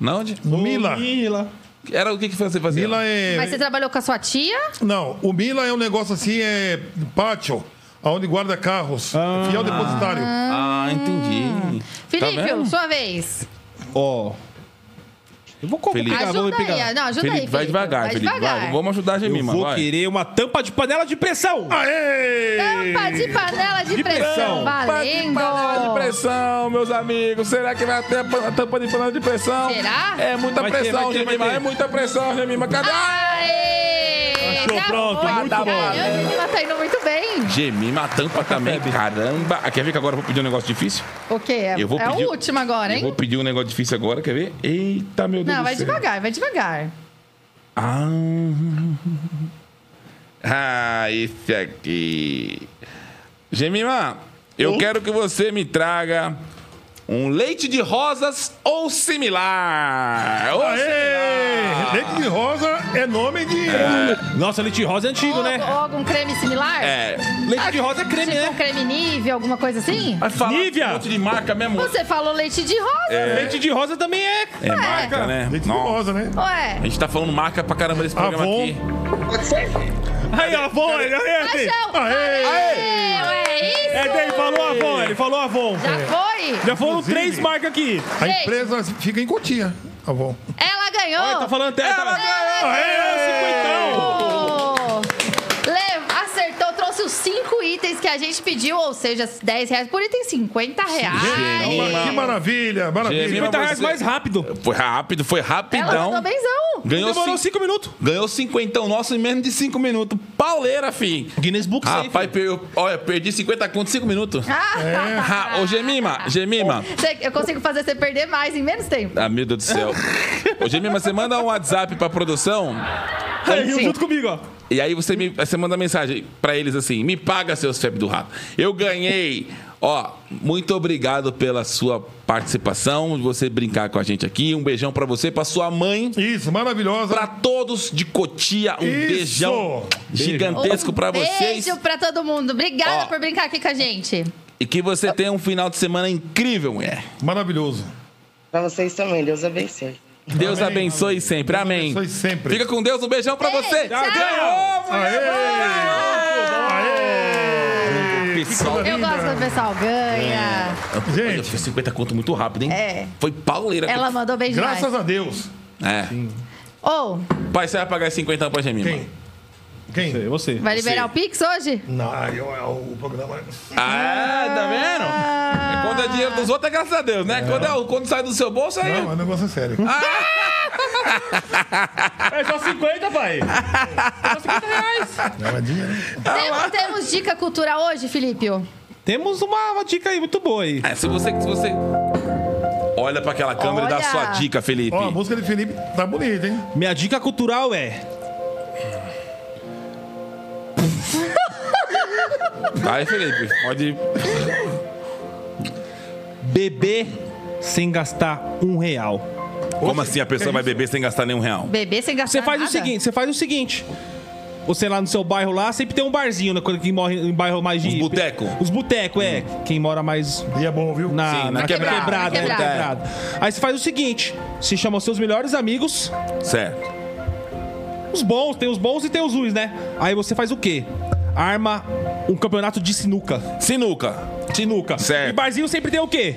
S3: Na onde?
S5: No Mila.
S4: Mila.
S3: Era o que, que você fazia?
S5: Mila
S2: Mas você
S5: é.
S2: trabalhou com a sua tia?
S5: Não, o Mila é um negócio assim, é pátio, onde guarda carros. É fiel depositário.
S3: Ah, entendi.
S2: Felipe,
S3: Tá vendo?
S2: sua vez.
S4: Ó. Eu vou complicar,
S3: Felipe.
S4: vou
S2: Ajuda
S4: pegar.
S2: aí. Não, ajuda aí,
S3: Felipe,
S2: Felipe.
S3: vai devagar, Felipe. Vai. Não Vamos ajudar a
S4: Eu
S3: Gemima,
S4: vou
S3: vai.
S4: querer uma tampa de panela de pressão.
S5: Aê!
S2: Tampa de panela de,
S4: De
S2: pressão.
S4: pressão.
S3: Tampa de
S2: Valendo.
S3: panela de pressão, meus amigos. Será que vai ter a pan- a tampa de panela de pressão?
S2: Será?
S3: É muita
S4: Vai ter,
S3: pressão,
S4: vai ter,
S3: Gemima.
S4: vai ter.
S3: É muita pressão, Gemima. Cadê?
S2: Ah! Aê!
S4: Achou,
S2: Já
S4: pronto,
S2: foi.
S4: muito
S2: Tá
S4: bom.
S2: ganhando, Gemima tá indo muito bem.
S3: Gemima, a tampa também. Caramba. Ah, Quer ver que agora eu vou pedir um negócio difícil?
S2: O quê? É,
S3: Eu vou
S2: é
S3: pedir-
S2: o último agora,
S3: Eu
S2: hein?
S3: vou pedir um negócio difícil agora, quer ver? Eita, meu Deus
S2: Não,
S3: do
S2: vai
S3: céu.
S2: devagar, vai devagar.
S3: Ah, ah esse aqui. Gemima, eu quero que você me traga Um leite de rosas ou similar. Ou
S5: Aê!
S3: similar.
S5: Leite de rosa é nome de.
S4: Nossa, leite rosa é antigo,
S2: Ou,
S4: né?
S2: ou algum um creme similar?
S3: É.
S4: Leite de rosa é creme,
S2: Tipo um
S4: né?
S2: creme nível, alguma coisa assim?
S3: Vai falar
S4: Nívia!
S3: um monte de marca mesmo.
S2: Você falou leite de rosa.
S4: Leite de rosa também é.
S3: É marca, né?
S5: Leite de
S3: Nossa.
S5: rosa, Ah, né?
S3: A
S2: Ué.
S3: gente tá falando marca pra caramba nesse programa
S5: Avon.
S3: aqui.
S4: Aí, Avon, ele é.
S2: Paixão!
S5: Aê!
S2: Aê! É isso!
S4: É, ele falou Avon, ele falou Avon.
S2: Já foi!
S4: Já foram
S5: Inclusive-
S4: três marcas aqui.
S5: A
S2: Gente.
S5: empresa fica em Cotia. Tá bom.
S2: Ela ganhou!
S4: Olha, tá falando até.
S3: Ela
S4: Tá...
S3: ganhou!
S4: Aê, cinquentão!
S2: Oh! Le- Acertou, trouxe os cinco itens que a gente pediu, ou seja, 10 reais por item, 50 reais.
S4: é um
S5: Uma- Que maravilha, maravilha.
S3: Gêmeo.
S4: 50 reais
S3: você-
S4: mais rápido.
S3: Foi rápido, foi
S2: Ela
S3: rapidão.
S2: mandou benzão.
S3: Ganhou,
S4: Demorou
S3: cinco,
S4: cinco minutos.
S3: ganhou cinquentão nosso em menos de 5 minutos. Pauleira, fi.
S4: Guinness Book
S3: Rapaz, per- olha, perdi 50 conto em 5 minutos.
S2: Ah,
S3: Ha, ô, Gemima, Gemima.
S2: Você- Eu consigo fazer você perder mais em menos tempo.
S3: Ah, meu Deus do céu. Ô, Gemima, você manda um WhatsApp pra produção
S4: Aí, riu junto comigo, ó.
S3: e aí você, me, você manda mensagem pra eles assim: me paga, seus febre do rato. Eu ganhei. Ó, muito obrigado pela sua participação, de você brincar com a gente aqui. Um beijão pra você, pra sua mãe.
S5: Isso, maravilhosa.
S3: Pra todos de Cotia, um
S5: Isso!
S3: beijão gigantesco
S2: Um
S3: pra vocês.
S2: Beijo pra todo mundo. Obrigada
S3: Ó.
S2: por brincar aqui com a gente.
S3: E que você tenha um final de semana incrível, mulher.
S5: Maravilhoso.
S8: Pra vocês também, Deus abençoe.
S3: Deus abençoe sempre. Amém.
S5: abençoe sempre.
S3: Fica com Deus, um beijão pra
S2: Beijo,
S3: você.
S2: tchau.
S3: Ganhou,
S5: Aê!
S3: mulher.
S5: Aê!
S3: Pessoal.
S5: Que coisa
S2: Eu
S5: linda.
S2: gosto quando o pessoal ganha.
S5: Gente.
S3: Olha, foi 50 conto muito rápido, hein?
S2: É.
S3: Foi pauleira.
S2: Ela mandou bem demais.
S5: Graças a Deus.
S3: É.
S2: Ou,
S3: Pai, você vai pagar esse 50 pra Gemima.
S5: Quem? Quem?
S4: É você.
S2: vai liberar o Pix hoje?
S5: Não, ah, eu- eu- o programa.
S3: Ah, tá vendo?
S2: Ah.
S3: Quando é dinheiro dos outros, é graças a Deus, né? Quando, é o- quando sai do seu bolso, aí...
S5: Não, o negócio é sério.
S4: É só 50, pai. É
S5: Não é dinheiro.
S2: Temos, temos dica cultural hoje, Felipe?
S4: Temos uma, uma dica aí muito boa aí.
S3: É, se você... Se você... Olha pra aquela câmera e dá a
S2: Olha.
S3: sua dica, Felipe.
S5: Ó, a música de Felipe tá bonita, hein?
S4: Minha dica cultural é.
S3: Vai, Felipe. Pode...
S4: Beber sem gastar um real.
S3: Como assim a pessoa vai beber sem gastar nenhum real?
S2: Beber sem gastar
S4: Você faz o
S2: nada?
S4: seguinte, você faz o seguinte. Você lá no seu bairro lá, sempre tem um barzinho, né? Quando quem morre em bairro mais de.
S3: Os boteco.
S4: Os boteco, é. Quem mora mais
S5: E é bom, viu?
S4: na,
S3: Sim, na
S4: na
S3: quebrada.
S2: Na
S4: quebrada, né? Na
S3: quebrada.
S4: quebrada. Aí você faz o seguinte: você chama os seus melhores amigos,
S3: Certo.
S4: os bons, tem os bons e tem os ruins, né? Aí você faz o quê? Arma um campeonato de sinuca.
S3: Sinuca.
S4: Sinuca.
S3: Certo.
S4: E barzinho sempre tem o quê?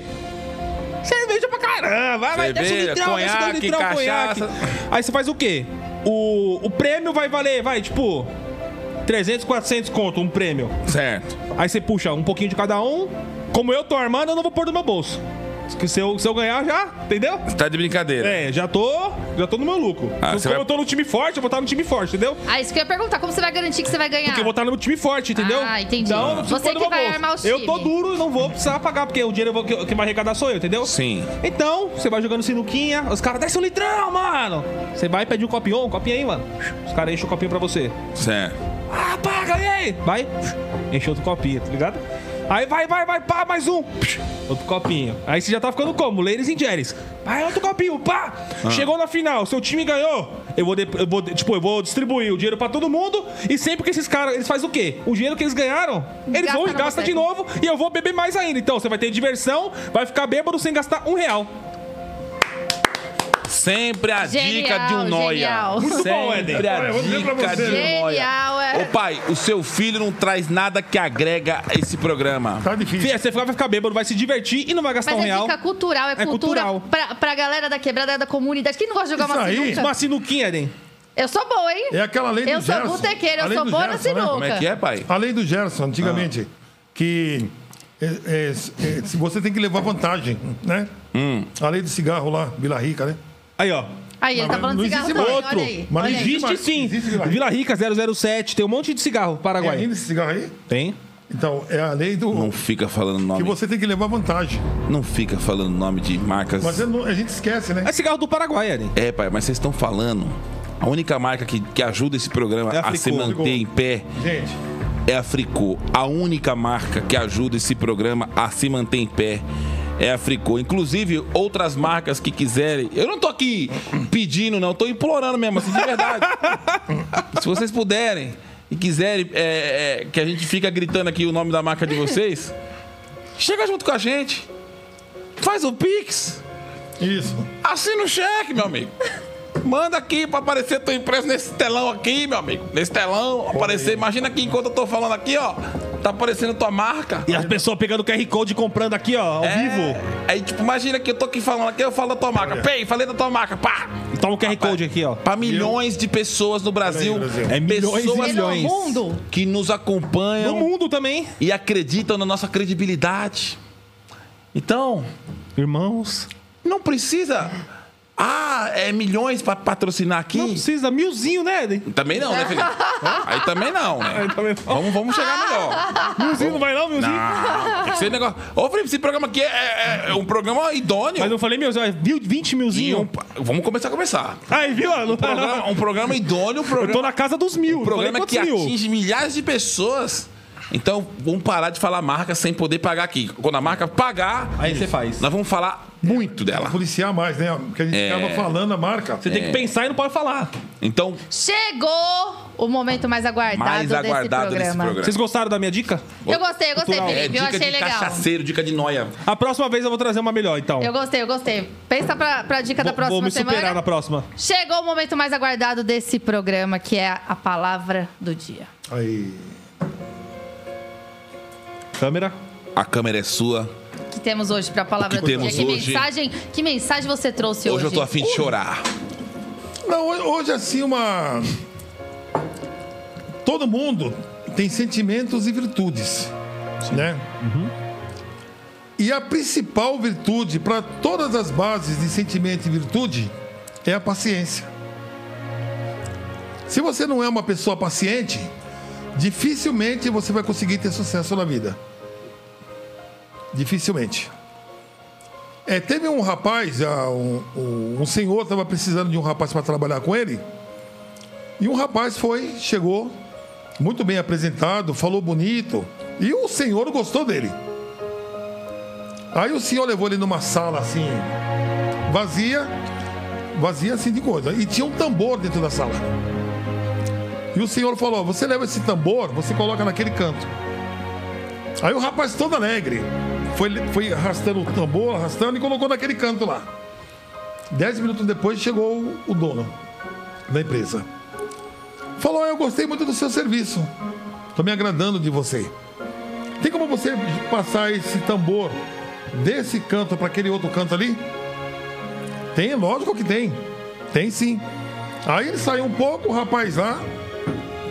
S4: Cerveja pra caramba, vai desce um
S3: Cerveja,
S4: litrão, desce dois
S3: conhaque,
S4: litrão, conhaque.
S3: cachaça.
S4: Aí você faz o quê? O, o prêmio vai valer, vai, tipo, 300, 400 conto, um prêmio.
S3: Certo.
S4: Aí você puxa um pouquinho de cada um. Como eu tô armando, eu não vou pôr no meu bolso. Que Se eu, se eu ganhar já, entendeu?
S3: Tá de brincadeira.
S4: É, já tô, já tô no meu lucro. Então,
S3: Ah,
S4: Como
S3: você vai-
S4: eu tô no time forte, eu vou estar no time forte, entendeu?
S2: Ah, isso que eu ia perguntar. Como você vai garantir que você vai ganhar?
S4: Porque eu vou estar no time forte, entendeu?
S2: Ah, entendi.
S4: Então, eu não preciso
S2: Você
S4: pôr
S2: que
S4: no meu
S2: vai
S4: bolso.
S2: armar os
S4: Eu tô
S2: time.
S4: duro e não vou precisar pagar, porque o dinheiro eu vou- que, que vai arrecadar sou eu, entendeu?
S3: Sim.
S4: Então, você vai jogando sinuquinha, os caras desce um litrão, mano. Você vai e pede um copinho, um copinho aí, mano. Os caras enchem o copinho pra você.
S3: Certo.
S4: Ah, pá, ganhei! Vai, enche outro copinho, tá ligado? Aí vai, vai, vai, pá, mais um. Outro copinho. Aí você já tá ficando como? Ladies and Jerry's. Vai, outro copinho, pá! Chegou na final, seu time ganhou. Eu vou, de- eu vou de- tipo, eu vou distribuir o dinheiro pra todo mundo. E sempre que esses caras, eles fazem o quê? O dinheiro que eles ganharam, eles
S2: Gasta
S4: vão e
S2: na
S4: gastam de
S2: boteca.
S4: novo. E eu vou beber mais ainda. Então, você vai ter diversão, vai ficar bêbado sem gastar um real.
S3: Sempre a
S2: Genial,
S3: dica de um noia.
S2: genial.
S4: Muito bom, Éden.
S3: Sempre
S5: Olha,
S3: a
S5: eu vou dizer pra
S3: dica
S5: você.
S3: de um
S2: Genial,
S3: noia.
S2: é.
S3: Ô pai, o seu filho não traz nada que agrega a esse programa.
S5: Tá difícil.
S4: Fia, você vai ficar bêbado, vai se divertir e não vai gastar
S2: Mas
S4: um
S2: é
S4: real.
S2: dica cultural, é,
S4: É
S2: cultura
S4: cultural.
S2: Pra, pra galera da quebrada da comunidade. Quem não gosta de jogar
S5: Isso
S2: uma
S5: aí,
S2: sinuca?
S4: Uma sinuquinha, Éden.
S2: Eu sou boa, hein?
S5: É aquela lei do
S2: Eu sou
S5: Gerson.
S2: botequeira, eu
S5: A lei
S2: sou
S5: do
S2: boa na
S5: Gerson, né?
S2: sinuca.
S3: Como é que é, pai?
S5: A lei do Gerson, antigamente, que é, é, é, se você tem que levar vantagem, né? A lei do cigarro lá, Vila Rica, né?
S4: Aí, ó.
S2: Aí, ele tá
S5: Mas
S2: falando
S5: não
S2: de cigarro
S5: existe
S2: também,
S5: outro.
S2: olha aí.
S5: Mas não
S2: olha aí.
S5: existe.
S4: Existe
S5: mas
S4: sim.
S5: existe Vila
S4: Vila Rica 007, tem um monte de cigarro,
S5: É
S4: Paraguai.
S5: ainda esse cigarro aí?
S4: Tem?
S5: Então, é a lei do.
S3: Não fica falando
S5: Que
S3: nome.
S5: você tem que levar vantagem.
S3: Não fica falando nome de marcas.
S5: Mas eu não- a gente esquece, né?
S4: É cigarro do Paraguai, Eren.
S3: É, pai, mas vocês estão falando. A única marca que, que ajuda esse programa
S4: É a
S3: a se
S4: Fricô.
S3: manter
S5: Fricô.
S3: em pé
S5: Gente,
S3: é a Fricô. A única marca que ajuda esse programa a se manter em pé é a Fricô. Inclusive, outras marcas que quiserem. Eu não tô aqui pedindo, não, tô implorando mesmo, assim, de verdade. Se vocês puderem e quiserem é, é, que a gente fica gritando aqui o nome da marca de vocês, chega junto com a gente. Faz o Pix.
S5: Isso.
S3: Assina o cheque, meu amigo. Manda aqui pra aparecer tua empresa nesse telão aqui, meu amigo. Nesse telão, aparecer. Imagina que enquanto eu tô falando aqui, ó, tá aparecendo tua marca.
S4: E as pessoas pegando o QR Code e comprando aqui, ó, ao
S3: É.
S4: vivo.
S3: Aí, tipo, imagina que eu tô aqui falando aqui, eu falo da tua marca. Pei, falei da tua marca, pá!
S4: Toma o QR Code aqui, ó.
S3: Pra milhões de pessoas no Brasil.
S5: Olha aí, Brasil.
S4: É milhões e
S3: pessoas
S4: milhões.
S2: No mundo.
S3: que nos
S4: No
S3: acompanham
S4: mundo também.
S3: e acreditam na nossa credibilidade. Então,
S4: Irmãos.
S3: não precisa. Ah, é milhões pra patrocinar aqui?
S4: Não precisa, milzinho, né? Eden?
S3: Também não, né, Felipe? Aí também não, né?
S4: Aí também não.
S3: Vamos, vamos chegar melhor.
S4: Milzinho não vai não, milzinho.
S3: Não, tem que ser um negócio. Ô, Felipe, esse programa aqui é, é- é um programa idôneo.
S4: Mas eu falei milzinho, ó, viu? 20
S3: E
S4: milzinho.
S3: um- Vamos começar a começar.
S4: Aí, viu? ó, não-
S3: Um programa, um programa idôneo, um
S4: Eu tô
S3: programa,
S4: na casa dos
S3: um
S4: mil. não falei
S3: programa que
S4: quantos mil.
S3: atinge milhares de pessoas. Então, vamos parar de falar marca sem poder pagar aqui. Quando a marca pagar,
S4: Aí você faz.
S3: nós vamos falar muito dela.
S5: Policiar mais, né? Porque a gente ficava falando a marca.
S4: É.
S5: É.
S4: Você tem que pensar e não pode falar.
S3: Então,
S2: Chegou o momento mais aguardado,
S3: mais aguardado
S2: desse
S3: nesse
S2: programa.
S3: programa.
S4: Vocês gostaram da minha dica?
S2: Eu gostei, eu gostei,
S4: Cultural.
S3: É
S2: Felipe. eu
S3: dica
S2: achei
S3: de
S2: legal.
S3: cachaceiro, dica de noia.
S4: A próxima vez eu vou trazer uma melhor, então.
S2: Eu gostei, eu gostei. Pensa pra, pra dica da
S4: Vou-
S2: próxima
S4: Vou me
S2: semana.
S4: superar na próxima.
S2: Chegou o momento mais aguardado desse programa, que é a palavra do dia.
S5: Aí.
S4: Câmera.
S3: A câmera é sua.
S2: Que temos hoje pra palavra
S3: O que
S2: do
S3: temos
S2: dia. Que
S3: hoje?
S2: mensagem, que mensagem você trouxe hoje?
S3: Hoje eu tô afim de
S2: uh!
S3: chorar.
S5: Não, ho- hoje assim uma. Todo mundo tem sentimentos e virtudes, né? E a principal virtude para todas as bases de sentimento e virtude é a paciência. Se você não é uma pessoa paciente, dificilmente você vai conseguir ter sucesso na vida. Dificilmente. É, teve um rapaz, ah, um, um- um senhor estava precisando de um rapaz para trabalhar com ele. E um rapaz foi, chegou, muito bem apresentado, falou bonito. E o senhor gostou dele. Aí o senhor levou ele numa sala assim, vazia, vazia assim de coisa. E tinha um tambor dentro da sala. E o senhor falou: Você leva esse tambor, você coloca naquele canto. Aí o rapaz todo alegre foi, foi arrastando o tambor, arrastando e colocou naquele canto lá. Dez minutos depois chegou o- o dono da empresa. Falou: "Ah, Eu gostei muito do seu serviço. Estou me agradando de você. Tem como você passar esse tambor desse canto para aquele outro canto ali? Tem, lógico que tem. Tem sim. Aí ele saiu um pouco, o rapaz lá,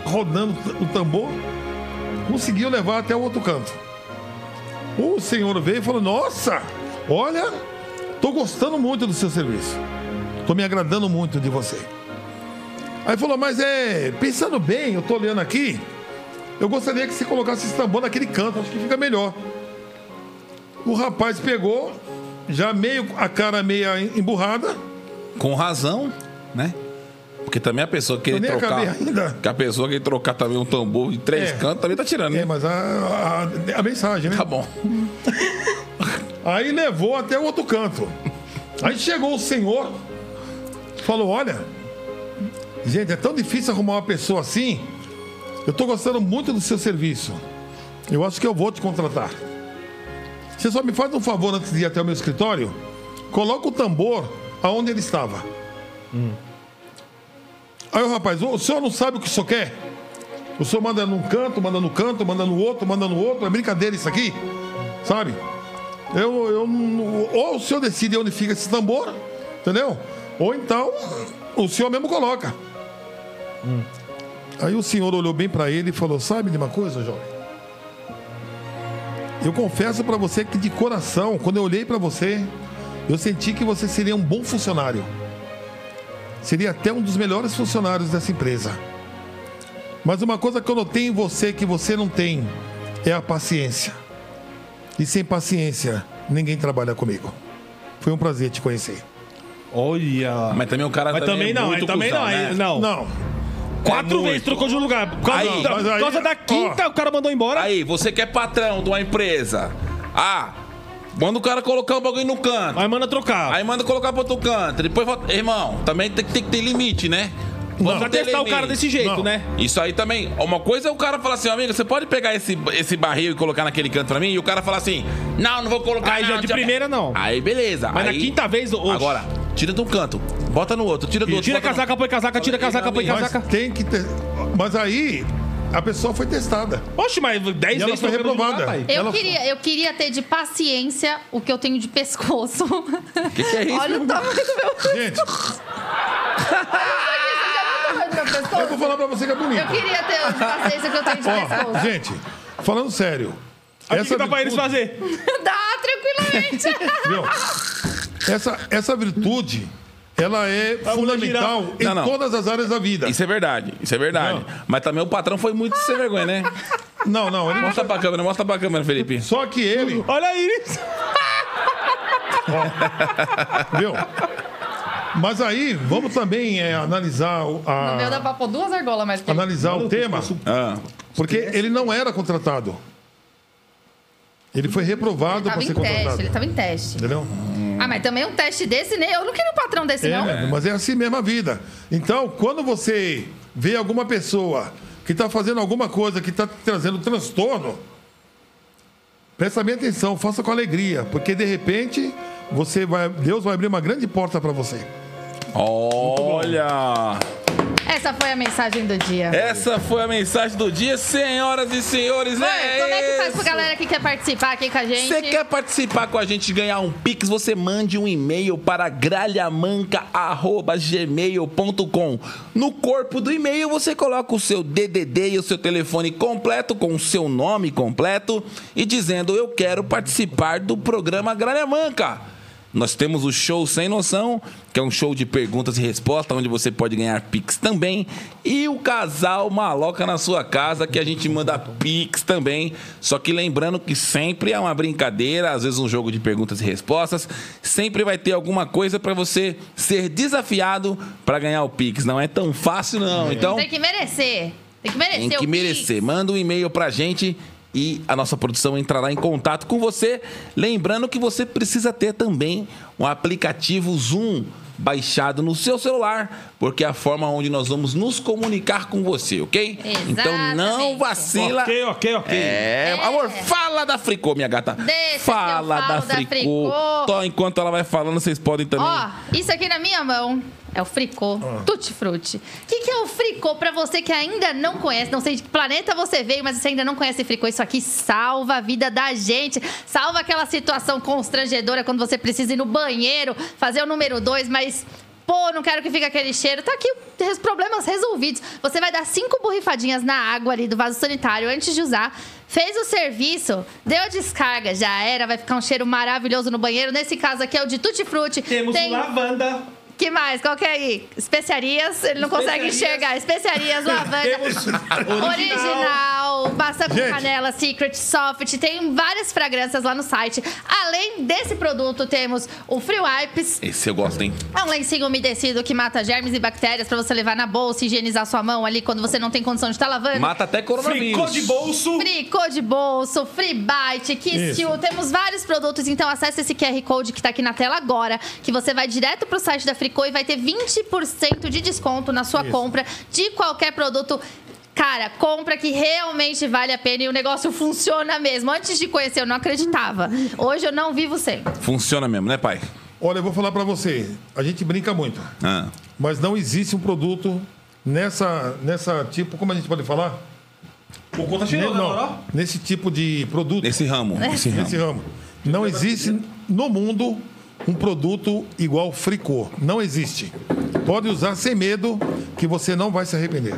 S5: rodando o tambor, conseguiu levar até o outro canto. O senhor veio e falou: Nossa, olha, tô gostando muito do seu serviço. Tô me agradando muito de você. Aí falou: Mas é, pensando bem, eu tô olhando aqui, eu gostaria que você colocasse esse tambor naquele canto, acho que fica melhor. O rapaz pegou, já meio a cara meia emburrada,
S3: Com razão, né? Porque também a pessoa que
S5: Eu nem
S3: trocar.
S5: acabei ainda.
S3: Que a pessoa que trocar também um tambor de três
S5: É.
S3: cantos também tá tirando,
S5: é,
S3: né?
S5: mas a, a- a mensagem, né?
S3: Tá bom.
S5: Aí levou até o outro canto. Aí chegou o senhor, falou: Olha, gente, é tão difícil arrumar uma pessoa assim. Eu tô gostando muito do seu serviço. Eu acho que eu vou te contratar. Você só me faz um favor antes de ir até o meu escritório? Coloca o tambor aonde ele estava. Aí o rapaz, o senhor não sabe o que o senhor quer? O senhor manda num canto, manda no canto, manda no outro, manda no outro. É brincadeira isso aqui? Sabe? Eu, eu não- ou o senhor decide onde fica esse tambor, entendeu? Ou então o senhor mesmo coloca. Aí o senhor olhou bem pra ele e falou: Sabe de uma coisa, jovem? Eu confesso pra você que de coração, quando eu olhei pra você, eu senti que você seria um bom funcionário. Seria até um dos melhores funcionários dessa empresa. Mas uma coisa que eu notei em você que você não tem é a paciência. E sem paciência, ninguém trabalha comigo. Foi um prazer te conhecer.
S4: Olha.
S3: Mas também o cara
S4: Mas também
S3: é
S4: não,
S3: muito
S4: aí também
S3: cuzão,
S4: não, aí
S3: né?
S4: não.
S5: Não.
S4: Quatro
S3: É
S4: vezes
S3: muito.
S4: trocou de um lugar. Por causa,
S3: Aí,
S4: da,
S5: mas aí-
S4: por causa da quinta, o cara mandou embora.
S3: Aí, você que é patrão de uma empresa. Ah, Manda o cara colocar o bagulho no canto.
S4: Aí manda trocar.
S3: Aí manda colocar pro outro canto. Depois volta. Irmão, também tem, que- tem que ter limite, né?
S4: Vamos
S3: Vamos ter
S4: testar o cara
S3: limite.
S4: desse jeito,
S5: Não.
S4: né?
S3: Isso aí também. Uma coisa é o cara falar assim, amigo, você pode pegar esse, esse barril e colocar naquele canto pra mim? E o cara falar assim, não, não vou colocar.
S4: Aí
S3: não,
S4: já de
S3: tchau.
S4: primeira, não.
S3: Aí beleza.
S4: Mas na
S3: Aí-
S4: quinta vez, ô,
S3: Agora, tira de um canto, bota no outro, tira do outro.
S4: Tira a
S3: bota no-
S4: casaca, põe casaca, tira a casaca, põe
S5: Mas
S4: casaca.
S5: tem que ter. Mas aí, a pessoa foi testada.
S4: Oxe, mas 10
S5: E ela
S4: vezes
S5: foi
S4: trocando de um lugar,
S5: reprovada.
S4: pai.
S2: Eu,
S5: Ela-
S2: queria, eu queria ter de paciência o que eu tenho de pescoço.
S3: Que que é isso?
S2: Olha o tamanho do meu
S5: Gente,
S2: tamanho do meu
S5: eu vou
S2: pescoço.
S5: falar pra você que é bonito.
S2: Eu queria ter de paciência o que eu tenho de
S5: Ó,
S2: pescoço.
S5: gente, falando sério.
S4: Aí O que, que dá pra eles
S5: virtude-
S4: fazer?
S2: Dá tranquilamente.
S5: Viu? Essa, essa virtude, ela é fundamental em
S3: Não, não.
S5: todas as áreas da vida.
S3: Isso é verdade, isso é verdade.
S5: Não.
S3: Mas também o patrão foi muito sem vergonha, né?
S5: Não, não, ele não-
S3: Mostra pra câmera, mostra pra câmera, Felipe.
S5: Só que ele,
S4: Olha aí, eles.
S5: viu? Mas aí, vamos também é, analisar o-
S2: O meu dá
S5: a,
S2: pra pôr duas argolas mais que ele.
S5: analisar o tema,
S3: Ah,
S5: porque ele não era contratado. Ele foi reprovado para
S2: Tava
S5: ser
S2: em teste, ele
S5: contratado.
S2: tava em teste.
S5: Entendeu?
S2: Ah, mas também um teste desse, né? Eu não queria um patrão desse,
S5: É,
S2: não.
S5: mano, mas é assim mesmo a vida. Então, quando você vê alguma pessoa que está fazendo alguma coisa que está trazendo transtorno, presta bem atenção, faça com alegria, porque de repente você vai, Deus vai abrir uma grande porta para você.
S3: olha!
S2: Essa foi a mensagem do dia.
S3: Essa foi a mensagem do dia, senhoras e senhores.
S2: Mãe, como é que faz pra
S3: né? isso.
S2: galera que quer participar aqui com a gente?
S3: Você quer participar com a gente e ganhar um Pix? Você mande um e-mail para gralhamanca.gmail.com. No corpo do e-mail você coloca o seu DDD e o seu telefone completo, com o seu nome completo, e dizendo eu quero participar do programa Gralha Manca. Nós temos o show Sem Noção, que é um show de perguntas e respostas, onde você pode ganhar Pix também. E o casal Maloca na sua casa, que a gente manda Pix também. Só que lembrando que sempre é uma brincadeira, às vezes um jogo de perguntas e respostas. Sempre vai ter alguma coisa para você ser desafiado para ganhar o Pix. Não é tão fácil, não. Então,
S2: Tem que merecer. Tem que merecer.
S3: tem
S2: é o
S3: que
S2: Pix.
S3: merecer. Manda um e-mail pra gente e a nossa produção entrará em contato com você. Lembrando que você precisa ter também um aplicativo Zoom baixado no seu celular, porque é a forma onde nós vamos nos comunicar com você, ok? Então não
S2: Exatamente.
S3: vacila.
S4: Ok, ok, ok.
S3: É, amor, fala da Fricô, minha gata.
S2: Deixa que eu
S3: fala
S2: falo
S3: da
S2: da
S3: Fricô.
S2: Fricô.
S3: Tó, enquanto ela vai falando, vocês podem também.
S2: Ó, isso aqui na minha mão é o fricô, tutti frutti. O que, que é o fricô pra você que ainda não conhece? Não sei de que planeta você veio, mas você ainda não conhece fricô. Isso aqui salva a vida da gente. Salva aquela situação constrangedora quando você precisa ir no banheiro, fazer o número dois, mas... Pô, não quero que fique aquele cheiro. Tá aqui os problemas resolvidos. Você vai dar cinco borrifadinhas na água ali do vaso sanitário antes de usar. Fez o serviço, deu a descarga, já era. Vai ficar um cheiro maravilhoso no banheiro. Nesse caso aqui é o de tutti-frutti.
S4: Temos
S2: Tem-
S4: lavanda.
S2: que mais? Qual que é aí? Especiarias, ele não consegue
S4: Especiarias.
S2: enxergar. Especiarias, lavanda.
S4: Temos
S2: Original, maçã com
S5: Gente.
S2: canela, secret, soft, tem várias fragrâncias lá no site. Além desse produto, temos o Free Wipes,
S3: Esse eu gosto, hein?
S2: é um lencinho umedecido que mata germes e bactérias pra você levar na bolsa, higienizar sua mão ali quando você não tem condição de estar lavando.
S3: Mata até coronavírus.
S4: Fricô de bolso.
S2: Fricô de bolso, free bite, kiss
S5: Isso.
S2: you, temos vários produtos, então acesse esse QR Code que tá aqui na tela agora, que você vai direto pro site da Fricô e vai ter 20% de desconto na sua compra de qualquer produto. Cara, compra que realmente vale a pena e o negócio funciona mesmo. Antes de conhecer, eu não acreditava. Hoje eu não vivo sem.
S3: Funciona mesmo, né, pai?
S5: Olha, eu vou falar para você, a gente brinca muito,
S3: Ah.
S5: mas não existe um produto nessa nessa tipo, como a gente pode falar?
S4: O conta
S5: Ne-
S4: cheirou, né, Loró?
S5: não, nesse tipo de produto.
S3: Nesse ramo. Nesse ramo.
S5: Esse ramo. Não existe no mundo um produto igual fricô. Não existe. Pode usar sem medo, que você não vai se arrepender.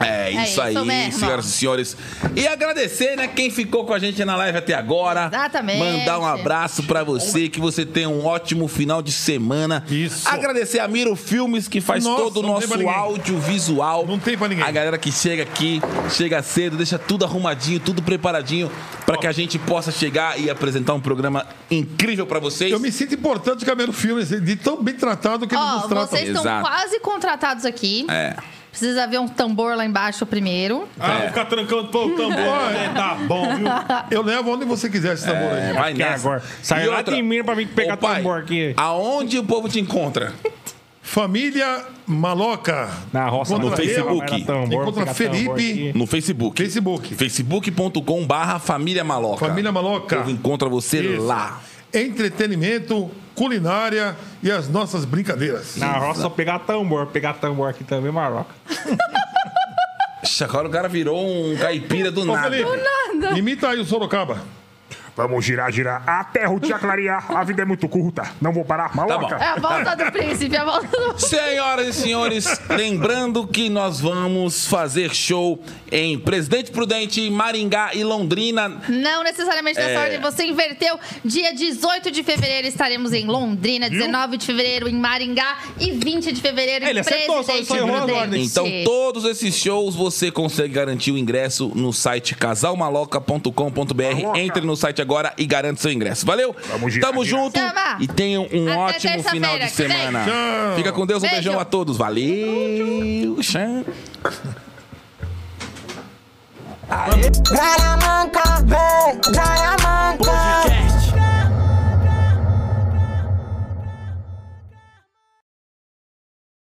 S3: É isso,
S2: isso
S3: aí,
S2: mesmo.
S3: senhoras e senhores. E agradecer, né, quem ficou com a gente na live até agora.
S2: Exatamente.
S3: Mandar um abraço pra você, que você tenha um ótimo final de semana.
S5: Isso.
S3: Agradecer a Miro Filmes, que faz
S5: Nossa,
S3: todo o
S5: não tem
S3: nosso
S5: pra ninguém.
S3: audiovisual.
S5: Não tem pra ninguém.
S3: A galera que chega aqui, chega cedo, deixa tudo arrumadinho, tudo preparadinho, pra que a gente possa chegar e apresentar um programa incrível pra vocês.
S5: Eu me sinto importante com a Mero Filmes, de é tão bem tratado que eles
S2: Ó,
S5: nos tratam.
S2: vocês estão
S3: Exato.
S2: quase contratados aqui.
S3: É.
S2: Precisa ver um tambor lá embaixo primeiro.
S4: Ah, ficar trancando pô, o tambor.
S5: É.
S4: né? Tá bom, viu?
S5: Eu levo onde você quiser esse tambor aí.
S3: É, vai
S4: Que
S3: nessa.
S4: agora. Sai
S3: E
S4: lá de Minas pra mim pegar
S3: Ô, pai,
S5: um
S4: tambor aqui.
S3: Aonde o povo te encontra?
S5: Família Maloca.
S4: Na roça,
S5: Encontra
S3: no
S5: eu,
S3: Facebook.
S4: era tambor,
S5: Encontra
S4: pegar
S5: Felipe.
S4: tambor aqui.
S3: No Facebook.
S5: Facebook.
S3: facebook.com barra Família Maloca.
S5: Família Maloca.
S3: O povo encontra você
S5: Isso.
S3: lá.
S5: Entretenimento, culinária e as nossas brincadeiras.
S4: Na roça só pegar tambor. Pegar tambor aqui também, Maroca.
S3: Ixi, Agora o cara virou um caipira do
S5: Ô,
S3: nada.
S5: Felipe, imita aí o Sorocaba.
S9: Vamos girar, girar. Até o dia clarear. A vida é muito curta. Não vou parar. Maloca.
S3: Tá bom.
S2: É a volta do príncipe, é a volta do
S3: Senhoras e senhores, lembrando que nós vamos fazer show em Presidente Prudente, Maringá e Londrina.
S2: Não necessariamente
S3: É.
S2: nessa ordem, você inverteu. Dia 18 de fevereiro estaremos em Londrina, 19 de fevereiro em Maringá e 20 de fevereiro em
S4: Ele acertou, só-
S2: Presidente
S4: só errou as
S2: Prudente.
S4: ordens.
S3: Então, todos esses shows você consegue garantir o ingresso no site casalmaloca.com.br. Entre no site agora e garante seu ingresso. Valeu?
S9: Vamos girar,
S3: Tamo
S9: girar.
S3: junto
S2: Chama.
S3: e tenham um
S2: Até
S3: ótimo
S2: terça-feira
S3: final de
S2: que vem.
S3: semana.
S5: Tchau.
S3: Fica com Deus, um
S2: Beijo.
S3: beijão a todos. Valeu. Tchau.
S1: Garamanca